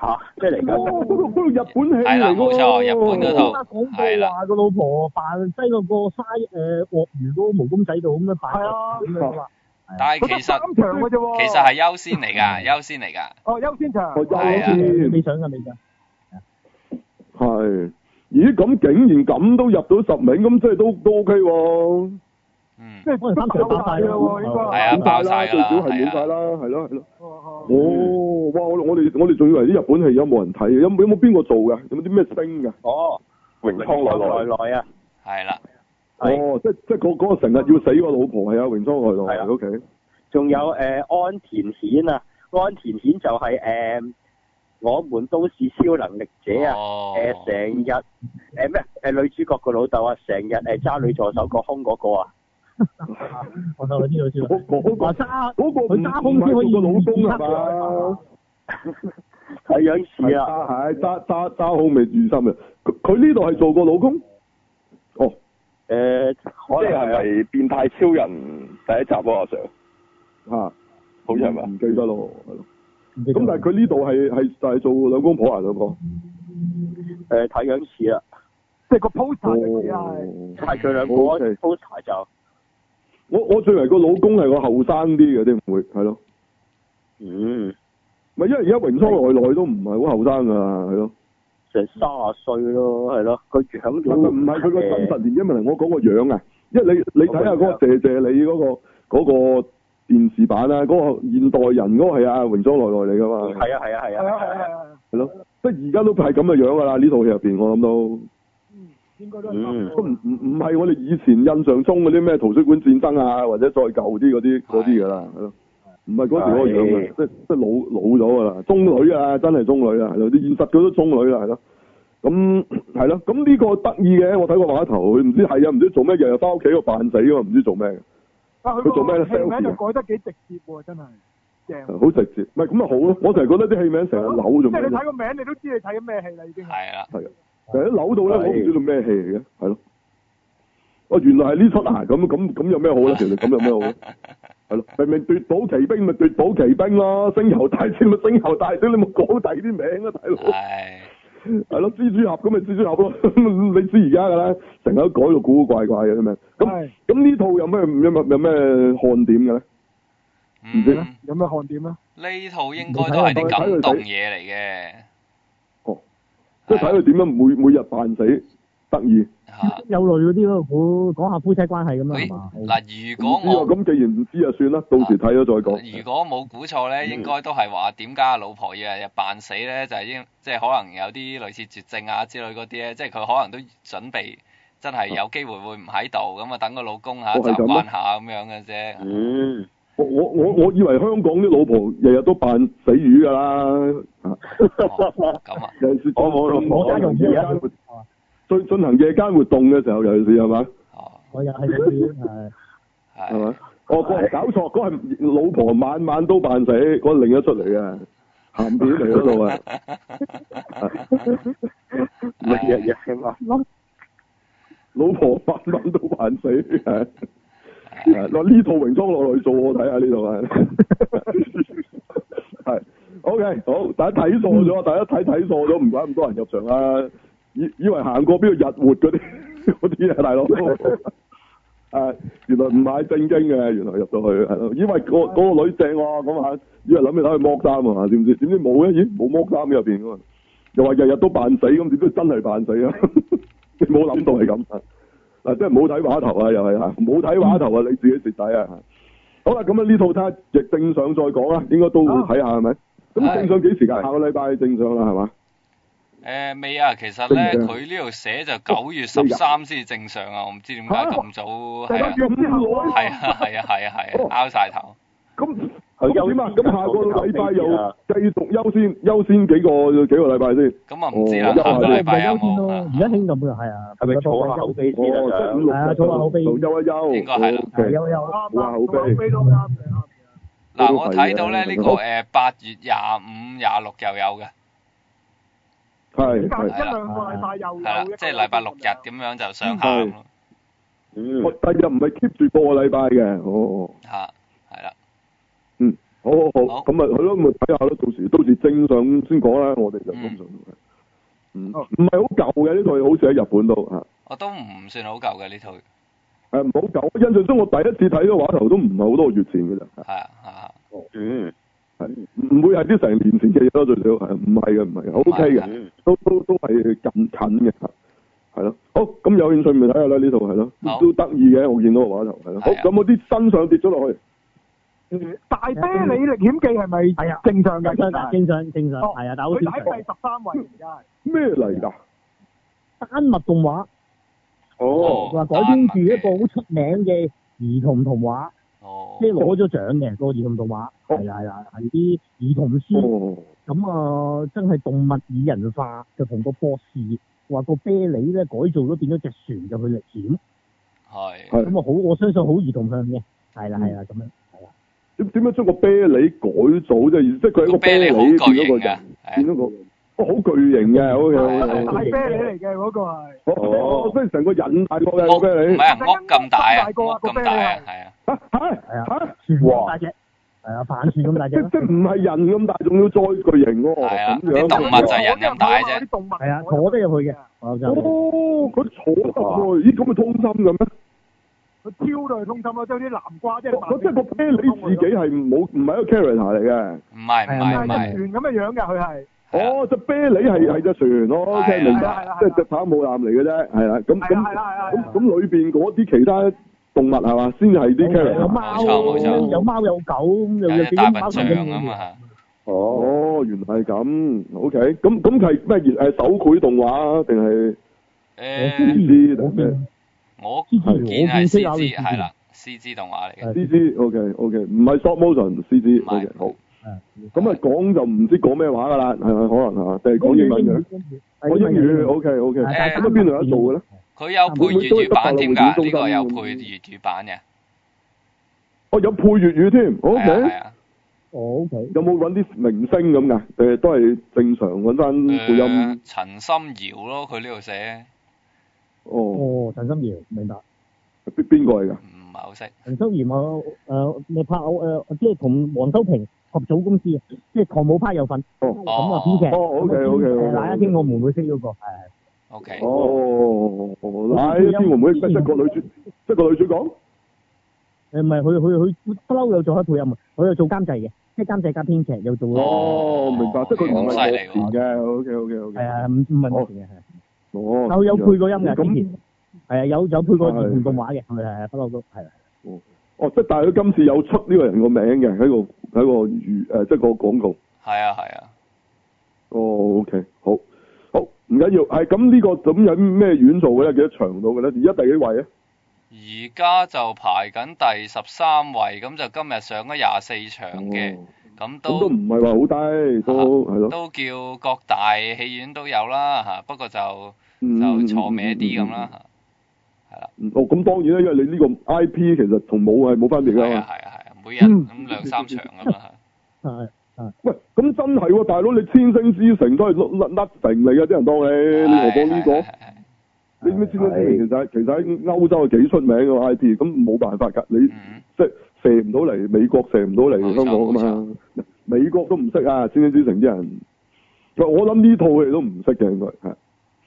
吓，即係嚟緊
哦，嗰套嗰套日本戲
係啦
嚟㗎
冇錯日本嗰套
講過話個老婆扮擠個個沙誒鱷魚嗰個毛公仔度咁樣扮
係啊
咁樣話，
但係
佢得
其實
三場嘅啫
哦
喎。
其實係優先嚟
嗯
㗎，優先嚟㗎。
哦，優先場。
我
係啊
優先
你。想㗎你㗎，
係，咦咁竟然咁都入到十名，咁即係都都 OK 喎，
嗯
即，係
可能三場打晒啦
喎，應該
係啊爆晒㗎
最
啦
少係
係啊嗯
滿晒啦，係咯係咯。
哦
哦，哇！我我哋我哋仲以為啲日本戲有冇人睇，有冇有冇邊個做㗎？有冇啲咩星㗎？
哦，
榮倉內內
內內啊，
係啦，
係
哦，即即嗰嗰個成日要死個老婆係啊，榮倉愛
係啊
來 OK，
仲有誒、呃安田顯啊，安田顯就係、誒、我們都是超能力者啊，
哦，
誒成日誒咩誒女主角個老豆啊，成日誒揸女助手個胸嗰個啊，
我就知道知道。
嗰嗰
話
個
揸
嗰個唔
佢揸空
唔係
先可以
做個老公係
預
嘛？
睇樣似啊，
係揸揸揸好未住心嘅，佢佢呢度係做過老公，哦。
誒、
即
可能
係係
係
咪變態超人第一集喎，阿 Sir？
嚇，
好似係咪
嗯唔記得咯，係咯。
唔記得
咁但係佢呢度係係就係做兩公婆啊，兩個。
誒睇樣似啊，
即係個
哦
poster 就似係。
係佢兩個
OK
poster 就
我我最為個老公係個後生啲嘅，啲唔會係咯。
嗯
咪因為而家榮倉內內都唔係好後生㗎啦，係咯。
成卅歲咯，係咯，個樣
唔係唔係佢個真實年紀問題，我講個樣啊。因為你你睇下嗰個謝謝你嗰個嗰個電視版啊，嗰個現代人嗰個係啊榮倉內內嚟㗎嘛，
係啊係啊係
係啊係
啊
啊
係啊，
係啊，
係咯。即係而家都係咁嘅樣㗎啦，呢套戲入邊我諗都
應該都係差
都
唔
唔
多。
唔唔係我哋以前印象中嗰啲咩圖書館戰爭啊，或者再舊啲嗰啲嗰啲㗎啦，係咯。唔係嗰時嗰個樣啊，即即老老咗㗎啦，中女啊，真係中女啦，係咯，啲現實佢都中女啦，啊係咯。咁係咯，咁呢個得意嘅，我睇過畫頭，佢唔知係啊，唔知做咩，日日翻屋企度扮死喎，唔知做咩嘅，
啊，佢
佢做咩咧
個戲名
selfie
就改得幾直接喎，真係正。
好直接。唔係咁咪好咯，我成日覺得啲戲名成日扭
即
做咩
係你
啫
睇個名，你都知你睇緊咩戲啦，已經係。
係啦，
係啊，成日扭到咧，我唔知道咩戲嚟嘅，係咯。哦，原來係呢出啊，咁咁咁有咩好咧？其實咁有咩好咧？係咯，明明奪寶奇兵咪奪寶奇兵咯，星球大戰咪星球大戰，你冇講第啲名啊，大佬。
係
係咯，蜘蛛俠咁咪蜘蛛俠咯， 你知而家㗎啦，成日都改到古古怪怪嘅咁樣。咁
係
咁呢套有咩有咩有咩看點嘅咧？唔知咧
嗯，
有咩看點咧？
呢套應該都係啲感動嘢嚟嘅。
即係睇佢點樣每每日扮死，得意。
有類嗰啲咯，好講下夫妻關係咁樣係嘛？
嗱，如
唔
果
知啊，
我啊
咁既然唔知啊，算啦，到時睇咗再講。
如果冇估錯
嗯
咧，應該都係話點解老婆要日日扮死咧？就係、因即係可能有啲類似絕症啊之類嗰啲咧，即係佢可能都準備真係有機會會唔喺度，咁啊等個老公嚇
哦係
習
咁
慣
咩
下咁樣嘅啫。
嗯，
我我我我以為香港啲老婆日日都扮死魚㗎啦，啊
咁啊，
尤其是
我冇老婆
進行夜間活進進行夜間活動嘅時候，尤其是係嘛
我又係嗰啲係
係嘛？哦，嗰搞錯，嗰係老婆晚晚都扮死，嗰係另一出嚟嘅鹹片嚟 嗰度啊！
唔係日日聽啊，
老婆晚晚都扮死，係係嗱啊呢套泳裝落嚟做我睇下呢度啊， 係 OK 好，大家睇錯咗，大家睇睇錯咗，唔怪咁多人入場啦，以以為行過邊度日活嗰啲 嗰啲啊，大佬。誒，原來唔係正經嘅，原來入到去係咯，以為個嗰個女正喎，咁嚇，以為諗住攞去剝衫啊，知唔知？點知冇咧？咦，冇剝衫入邊喎，又話日日都扮死咁，點知真係扮死啊？ 你冇諗到係咁啊！嗱，真係冇睇畫頭啊，又係嚇，冇睇畫頭啊，你自己蝕底啊！好啦，咁啊呢套睇下亦正上再講啦，應該都會睇下係咪？咁正上幾時間？下個禮拜正上啦，係嘛？
誒、未啊，其實咧
正常
佢呢度寫就九月十三先至正常啊，我唔知點解咁早係啊，
咁
係啊，係啊，係啊，係啊，拗晒頭。
咁點啊？咁下個禮拜又繼續優先優先幾個幾個禮拜先。
咁啊
唔
知啦下個禮拜有冇
咯，而家興咁啊，係啊，
係咪儲下口
碑
先啊想
係啊，儲下口碑，
就休一休，
應該係啦
係休一休，
哇，好悲！
嗱，
都
我
係
睇到咧
嘅
呢、個
好
誒八月廿五、廿六又有嘅，
係
隔一
係。
兩個禮拜又
係
有
啦
一，
即係禮拜六日咁樣就上下咁
係
咯，
我
嗯
第日唔係 keep 住個禮拜嘅，哦，
嚇係啦，
嗯，好好好，咁咪係咯，咪睇下咯，到時到時正上先講啦，我哋就咁上。嗯，唔係好舊嘅呢套，好似喺日本度嚇。
我都唔算好舊嘅呢套，
誒唔好舊，我印象中我第一次睇嘅話頭都唔係好多月前嘅咋，
係啊係啊，
嗯，
係唔會係啲成年前嘅嘢咯，最少係唔係嘅，唔係嘅，O K
啊
嘅，都都都係近近嘅，係咯，好咁有興趣咪睇下啦，呢度係咯，都得意嘅，我見到個畫頭係咯，啊好咁我啲新相跌咗落去，
大啤你歷險記係咪正常嘅？
正常正常正常，係啊，但係好
佢
少
喺第十 三位而家係。
咩嚟㗎？
丹麥動畫，
哦
話改編住一個好出名嘅兒童童話，即係攞咗獎嘅個兒童啊童話，係啦係啦，係啲兒童
哦
書，咁啊真係動物擬人化，就同個博士話個啤梨咧改造咗變咗隻船就去歷險，
係
係
咁啊好，我相信好兒童向嘅，係啦係啦咁樣，係啦，
點點樣將個啤梨改組啫？即係佢係一個啤梨變咗個人，
啊
變咗個哦好巨型嘅，O K
大
O
啤
K，
梨嚟嘅嗰個係。
哦，即係成個人大個嘅個啤梨，
唔係啊，屋咁大啊，屋
個啊個啤
咁
梨
大
係
啊，係啊，
係啊，船咁大隻，係啊，帆船咁大
即
隻 啦
即。唔係人咁大，仲要再巨型喎，哦咁樣
啊啲動物就係人咁大啫，
係啊，坐得入去嘅，我就
哦，佢坐入去，咦咁咪通心嘅咩？
佢挑到佢通心咯，將啲南瓜即係
我哦即係個啤梨自己係冇唔係一個 character 嚟嘅。
唔係唔
啊
啊
係唔係，
船咁嘅樣㗎，佢係。
哦，隻啤梨係係隻船咯
係啊
，OK 明
係啊係
白
啊，
即係隻跑母艦嚟嘅啫，係啦，咁
係啊係啊係啊
咁咁咁裏邊嗰啲其他動物係嘛，先係啲 character。
哦有貓，啊有貓有狗咁，
Dạ,
又有幾隻貓神咁
啊！
哦，原來係咁，OK，咁咁佢係咩？誒手繪動畫啊定係
誒，
嗯
C 定咩
我
係
見係
我見
C
識
G
有啲
係啦，C G 動畫嚟嘅，
？C G OK OK，唔係 stop motion C G OK 好。咁啊講就唔知講咩話㗎啦，係咪可能係嘛？定係
嗯
講英文嘅？我英語 OK OK，咁
啊
啊邊度有得做嘅咧？
佢
嗯
有配粵語版添㗎，呢個有配粵語版嘅，
啊哦，有配粵語添，OK
係。啊。
哦，OK。
有冇揾啲明星咁㗎？誒，都係正常揾翻配
誒。
音
陳心瑤咯，佢呢度寫
哦，
哦，陳心瑤，明白。
邊邊個嚟㗎？
唔係好識，
陳心瑤我誒你拍偶誒，即係同黃修平合組公司，即係唐武派有份。
哦
咁啊，編劇。大家聽我妹妹識嗰個係。
OK。
哦，嗱，呢啲會唔會即係個女主，即係個女主角？
誒唔係佢佢佢不嬲有做開配音啊，佢又做監製嘅，即係監製加編劇又做。
哦，明白，即係佢唔係
咁犀利
幕前嘅，OK OK OK。
À, Dạ. 係啊，唔唔係幕前嘅係。
哦，
有有配過音嘅之
咁
前，係啊有有配過
係
兒童動畫嘅，係係不嬲都係啊。
哦，即係但係佢今次有出呢個人個名嘅喺個喺個預誒，即係個廣告。
係啊係啊，
哦，OK，好，好唔緊要，係咁呢個咁有咩院做嘅咧？幾多場到嘅咧？而家第幾位啊？
而家就排緊第十三位，咁就今日上咗廿四場
哦
嘅，咁
咁都
都
唔係話好低，都係咯，
都叫各大戲院都有啦嚇，不過就
嗯
就坐歪啲咁啦。嚇
嗯哦，咁當然啦，因為你呢個 I P 其實同冇係冇分別
嗯
㗎
啊
嘛。
啊每日
Ừ.
咁兩三場咁啦。
係係。
喂，咁真係喎，大佬你千星之城都係 nothing 嚟嘅，啲人當你你何況呢個？你知唔知千星之城其實其實喺歐洲係幾出名嘅 I P，咁冇辦法㗎，你即係射唔到嚟美國，射唔到嚟香港㗎嘛。美國都唔識啊，千星之城啲人。喂我諗呢套佢哋都唔識嘅應該係。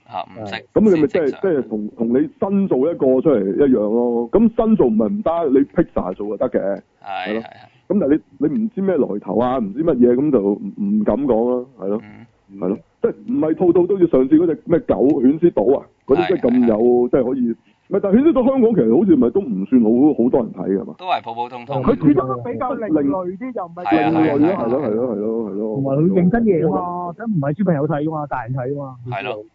嚇唔識
咁你咪即係即係同同你新做一個出嚟一樣咯。咁新做唔係唔得，你 Pixar 做就得嘅。
係
咯。咁但係你你唔知咩來頭啊，唔知乜嘢咁就唔唔敢講咯，係咯，
嗯
係咯，即係唔係套套都好似上次嗰隻咩狗犬之島啊，嗰啲即係咁有，即係可以。唔係，但係犬之島香港其實好似咪都唔算好好多人睇㗎嘛。
都係普普通通。
佢始終
比較另類啲，又唔係
另
咁
類咯，係咯，啊係咯，係咯，係咯。
同埋佢認真嘢㗎嘛，咁唔係小朋友睇㗎嘛，大人睇㗎嘛。
係咯。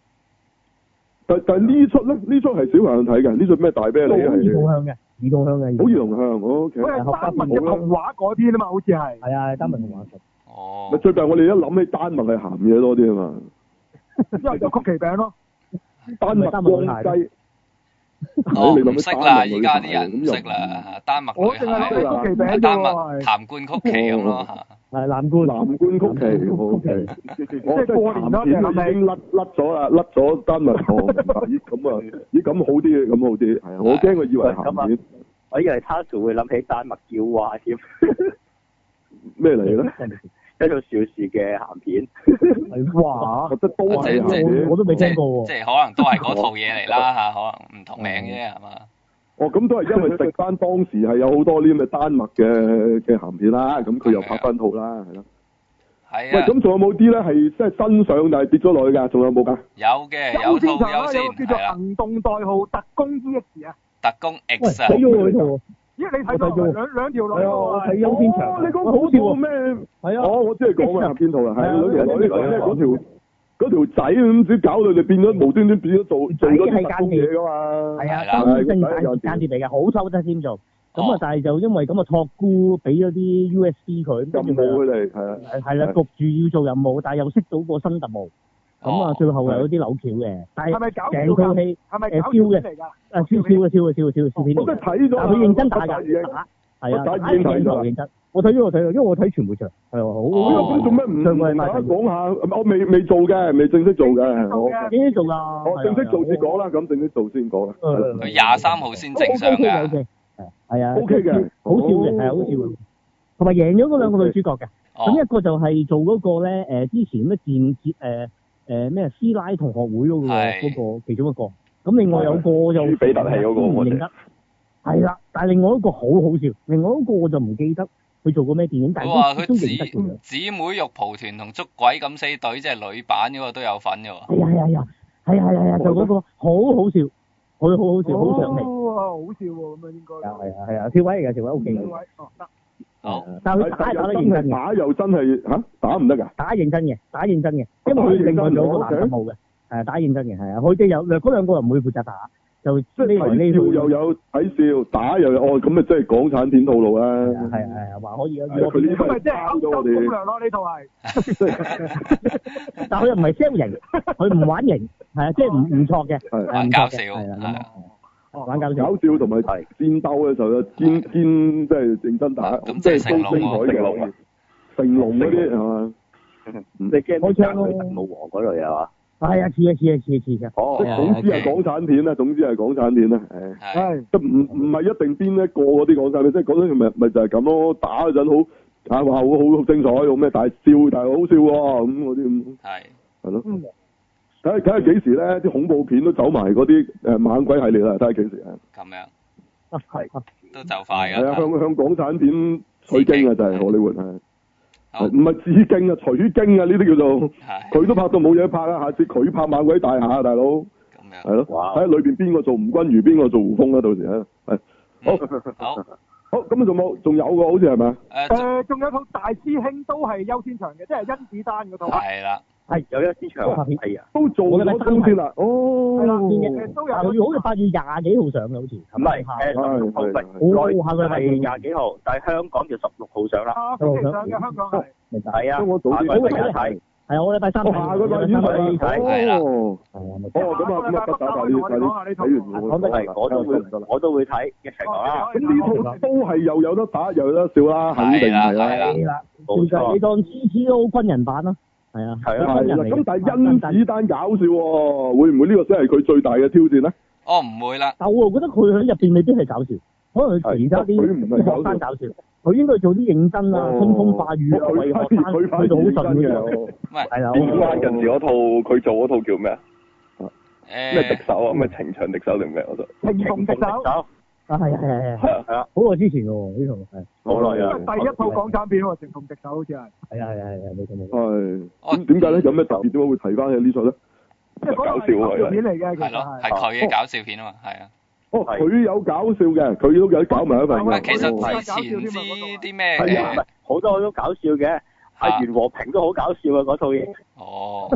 但但係呢出咧，呢出係小朋友睇嘅，呢出咩大啤
都
梨
好
係
兒童向嘅，兒童向嘅。
好兒童向，OK。
Ờ,
佢係丹麥嘅童話改編啊嘛，好似係。
係啊，丹麥童話。
咪最近我哋一諗起丹麥係鹹嘢多啲啊嘛，
之後就曲奇餅咯。
丹麥光雞。
哦，
你諗
唔
起
識
丹
啦，
麥
而
女
家
孩
啲人唔識啦，丹麥
我
女
淨係
孩，
諗起曲奇餅啫喎
丹麥譚冠曲奇咁咯嚇。
係藍冠。
藍冠曲奇，OK。我
係過年咯
即係鹹片已經甩甩咗啦，甩 咗丹麥糖。咦咁啊，咦咁好啲，咁好啲。係啊，我驚佢以為係鹹
啊
片
我以為他仲會諗起丹麥叫蛙添，
咩嚟咧？
一套邵氏嘅鹹片。
Ờ, 哇！
即都
係
啊
鹹片，
啊我都未聽過喎。
即係可能都係嗰套嘢嚟啦嚇，可能唔同名啫係嘛？
哦，咁都係因為食翻當時係有好多呢啲咁嘅丹麥嘅嘅鹹片啦，咁佢又拍翻套啦，係啦。
係
喂，
啊，
咁仲有冇啲咧係即係新上但係跌咗落去㗎？仲有冇㗎？
有嘅有
先
套
查
優
啦，有個
先
叫做
係啦，
行動代號特工 EX 啊。
特工 X 啊，
咦，你睇到兩兩條女喎。
哦，你講嗰套咩？係啊。哦，我知你講啊，邊套啦？係啊，女人女講咧嗰條嗰條仔咁，只搞到你變咗無端端變咗做做嗰啲特工嘢㗎嘛？
係啊，真正間間諜嚟嘅，好收得先做。咁啊，但係就因為咁啊，托孤俾咗啲 USB 佢，跟住
任務佢哋係啦。
係係啦，焗住要做任務，但係又識到個新特務，咁啊，最後又有啲扭橋嘅。但
係咪搞
係成套戲
係咪
誒
搞
超
笑
嘅
嚟㗎？
啊，超超嘅超嘅超嘅超嘅超片嚟嘅。
我真係睇咗
但
啊
係佢認真打
我已經
㗎，打係啊，
我
打
打已經睇咗啦
認真。我睇咗我睇咗，因為我睇全部場，係啊，
咁
好。
咁做咩唔
上個
同
禮
大家
拜
講下？我未未做嘅，未正式做嘅。我
已經做啦。
我正式做先講啦，咁正式做先講啦。
佢廿三號先正上
有
㗎。
嘅，係啊
OK 嘅
好笑嘅，係啊好笑嘅，同埋贏咗嗰兩個女主角嘅，咁一個就係做嗰個咧誒之前咩電結誒誒咩師奶同學會嗰個嗰個其中一個，咁另外有個就
朱比特戲嗰個
唔
我
認
哋
得，係啦，但係另外一個好好笑，另外一個我就唔記得佢做過咩電影，但
佢話
係
佢
都都認得佢
姊。姊妹肉蒲團同捉鬼敢死隊即係女版嗰個都有份嘅喎。
係啊係啊係啊係啊係啊，就嗰個好好笑，佢好好笑，好上嚟。
哦，好笑喎，咁啊應該。
係啊係啊，跳位嚟嘅，跳位 OK
呢
嘅。
位哦得。
但係佢打係打得認真嘅。
打又真係嚇打唔得㗎。
打認真嘅，打認真嘅，因為佢另外兩個男特務嘅，係打認真嘅，係啊，佢哋有兩嗰兩個人唔會負責打，就呢
即係
嚟呢
睇
去
笑又有睇笑，打又有哦，咁啊，即係港產片套路啦。
係啊係啊，話可以有
係啊佢呢
咁咪
份
即係歐
咗
洲
我
攻
啊
哋
略咯，呢套係。
但佢又唔係 sell 型，佢唔玩型，係啊，即係唔唔錯嘅，
係
係唔錯嘅，係啦，玩搞笑
搞，笑同埋戰鬥嘅時候就堅堅即係認真打，
咁
即
即
係
係成龍
高精
喎
彩嘅成龍嗰啲係嘛？
你驚唔驚佢神武王嗰類啊？
係啊，似啊似啊似啊似啊，
哦，
總之係港產片啦，總之係港產片啦，
係，
即係唔唔係一定邊一個嗰啲港產片，即係講真咪咪就係咁咯，打嗰陣好啊話好好好精彩，好咩，但係笑但係好笑喎咁嗰啲咁，
係
係咯，睇下睇下幾時咧啲恐怖片都走埋嗰啲誒猛鬼系列啦，睇下幾時啊，
咁樣
係
都就快㗎
係啊，向向港產片取經啊，就係荷里活係。
好
唔係致敬啊，取經啊，呢啲叫做
係
佢都拍到冇嘢拍啊！下次佢拍猛鬼大廈啊，大佬
樣。
係咯，睇下裏邊邊個做吳君如，邊個做胡風啦，到時啊，係
好，
好咁啊仲冇，仲有個好似係咪啊？
誒，仲有套大師兄都係優先場嘅，即係甄子丹嗰套。
係啦。
係有一啲場係啊，
都做
咗
都先啦，哦，
係啦，但佢好似八月廿幾號上嘅，好似
唔係誒十六號唔
好好下個禮拜
係廿幾號，但係香港就十六號上啦。
十六號上
香港係。
係啊，
香港早啲
下個禮拜睇。
係啊，我禮拜三
哦下個禮拜已經睇
係啦
哦，哦咁啊咁啊，得打打呢快啲睇完我
係我都會我都會睇，一齊講啦。
咁呢套都係又有得打又有得笑啦，肯定係
係
啦
啦，其實你當 GTO 軍人版咯，係啊，
係啦，
軍人嚟嘅
咁但係甄子丹搞笑喎，會唔會呢個先係佢最大嘅挑戰咧？
哦，唔會啦。
但我覺得佢喺入邊未必係搞笑，可能佢其他啲
佢唔係搞笑
學生搞笑，佢應該做啲認真啊、
哦
春風化雨啊，
佢
為學
反而
生
佢反而
推到好順
認
嗰
真
種
嘅。
係
啦，
邊關近時嗰套佢做嗰套叫咩啊？
誒
咩敵手啊？咩情場敵手定咩？我就
情同敵手。
啊，係啊，係啊，係啊，
係啊，
好耐之前嘅喎，呢套係。
好
因
耐
為
啊
第一套港產片喎，情同敵手好似係，
係啊，係啊，係啊，冇錯冇錯。
係咁點解咧？有咩特別？點解會提翻起呢出咧？
即係嗰套係搞笑片嚟嘅，其實係。
啊係佢嘅搞笑片啊嘛，係啊。
哦，佢有搞笑嘅，佢都有搞
哦
埋一份
喂，
嘅。
其實之前知啲咩啊
係啊，唔
誒
係？好多都搞笑嘅，阿袁和平都好搞笑啊嗰套嘢。
哦，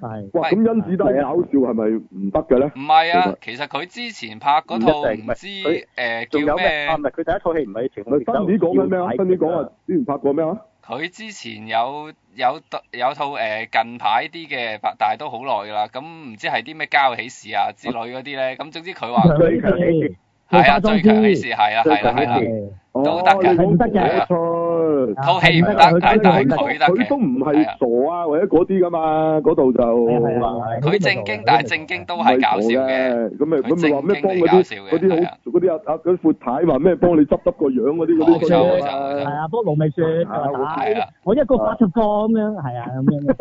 係。
哇！咁甄子丹搞笑係咪唔得嘅咧？
唔係啊，其實佢之前拍啊嗰套
唔一定
唔知
佢
誒
仲有
叫
咩？
咩
啊，唔？係佢第一套戲唔係情侶
其實？新年講緊咩啊？新年講
啊
話，之前拍過咩啊？
佢之前有有有套誒近排啲嘅，但係都好耐㗎啦。咁唔知係啲咩交喜事啊之類嗰啲咧。咁總之佢話
最強喜事，
係啊，最強喜事係啊，係啦，係啦。
都
得㗎
唔哦得
係啊
嘅，錯啊
套戲唔得但係佢得嘅
佢都唔係傻啊，或者嗰啲噶嘛，嗰度就啊
佢正經，但係正經都係搞笑嘅。
嘅，咁咪
佢
咁咪話咩
正
幫
經
嗰
嚟搞
啲
笑嘅啊
嗰啲好嗰啲阿阿嗰啲闊太話咩幫你執執個樣嗰啲嗰啲
冇錯冇錯冇
係啊，幫盧美雪
係啊
打，我一個八十個咁樣，係啊，咁樣。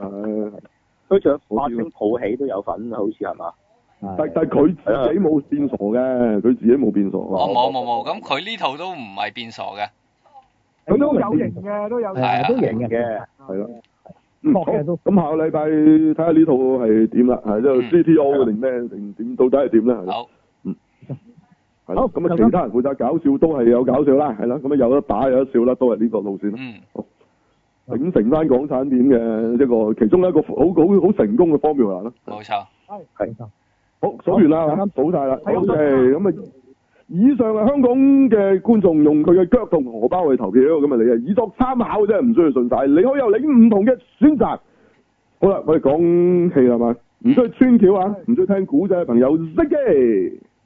錯，
佢仲有花星抱喜都有份，好似係嘛？
但但佢自己冇變傻嘅，佢自己冇變傻。
哦，冇冇冇，咁佢呢套都唔係變傻嘅。
佢都
有型嘅，都有型。
係啊都
型
嘅，
係咯。嗯，
哦
好，咁下個禮拜睇下呢套係點啦，係即嗯係 CTO 定咩定點，到底係點咧？係
好，
嗯，係咯。咁啊，其他人負責搞笑都係有搞笑啦，係啦。咁啊，有得打有得笑啦，都係呢個路線啦。
嗯，
好，秉承翻港產片嘅一個其中一個好好好成功嘅 formula 啦。
冇錯。
係。好，數完啦，啱數晒啦。O K，咁啊。以上啊係香港嘅觀眾用佢嘅腳同荷包去投票，咁啊你啊以作參考啫，唔需要信晒。你可以有你唔同嘅選擇。啊好啦，我哋講戲啦嘛，唔需要穿橋啊，唔需要聽古仔嘅朋友，識嘅。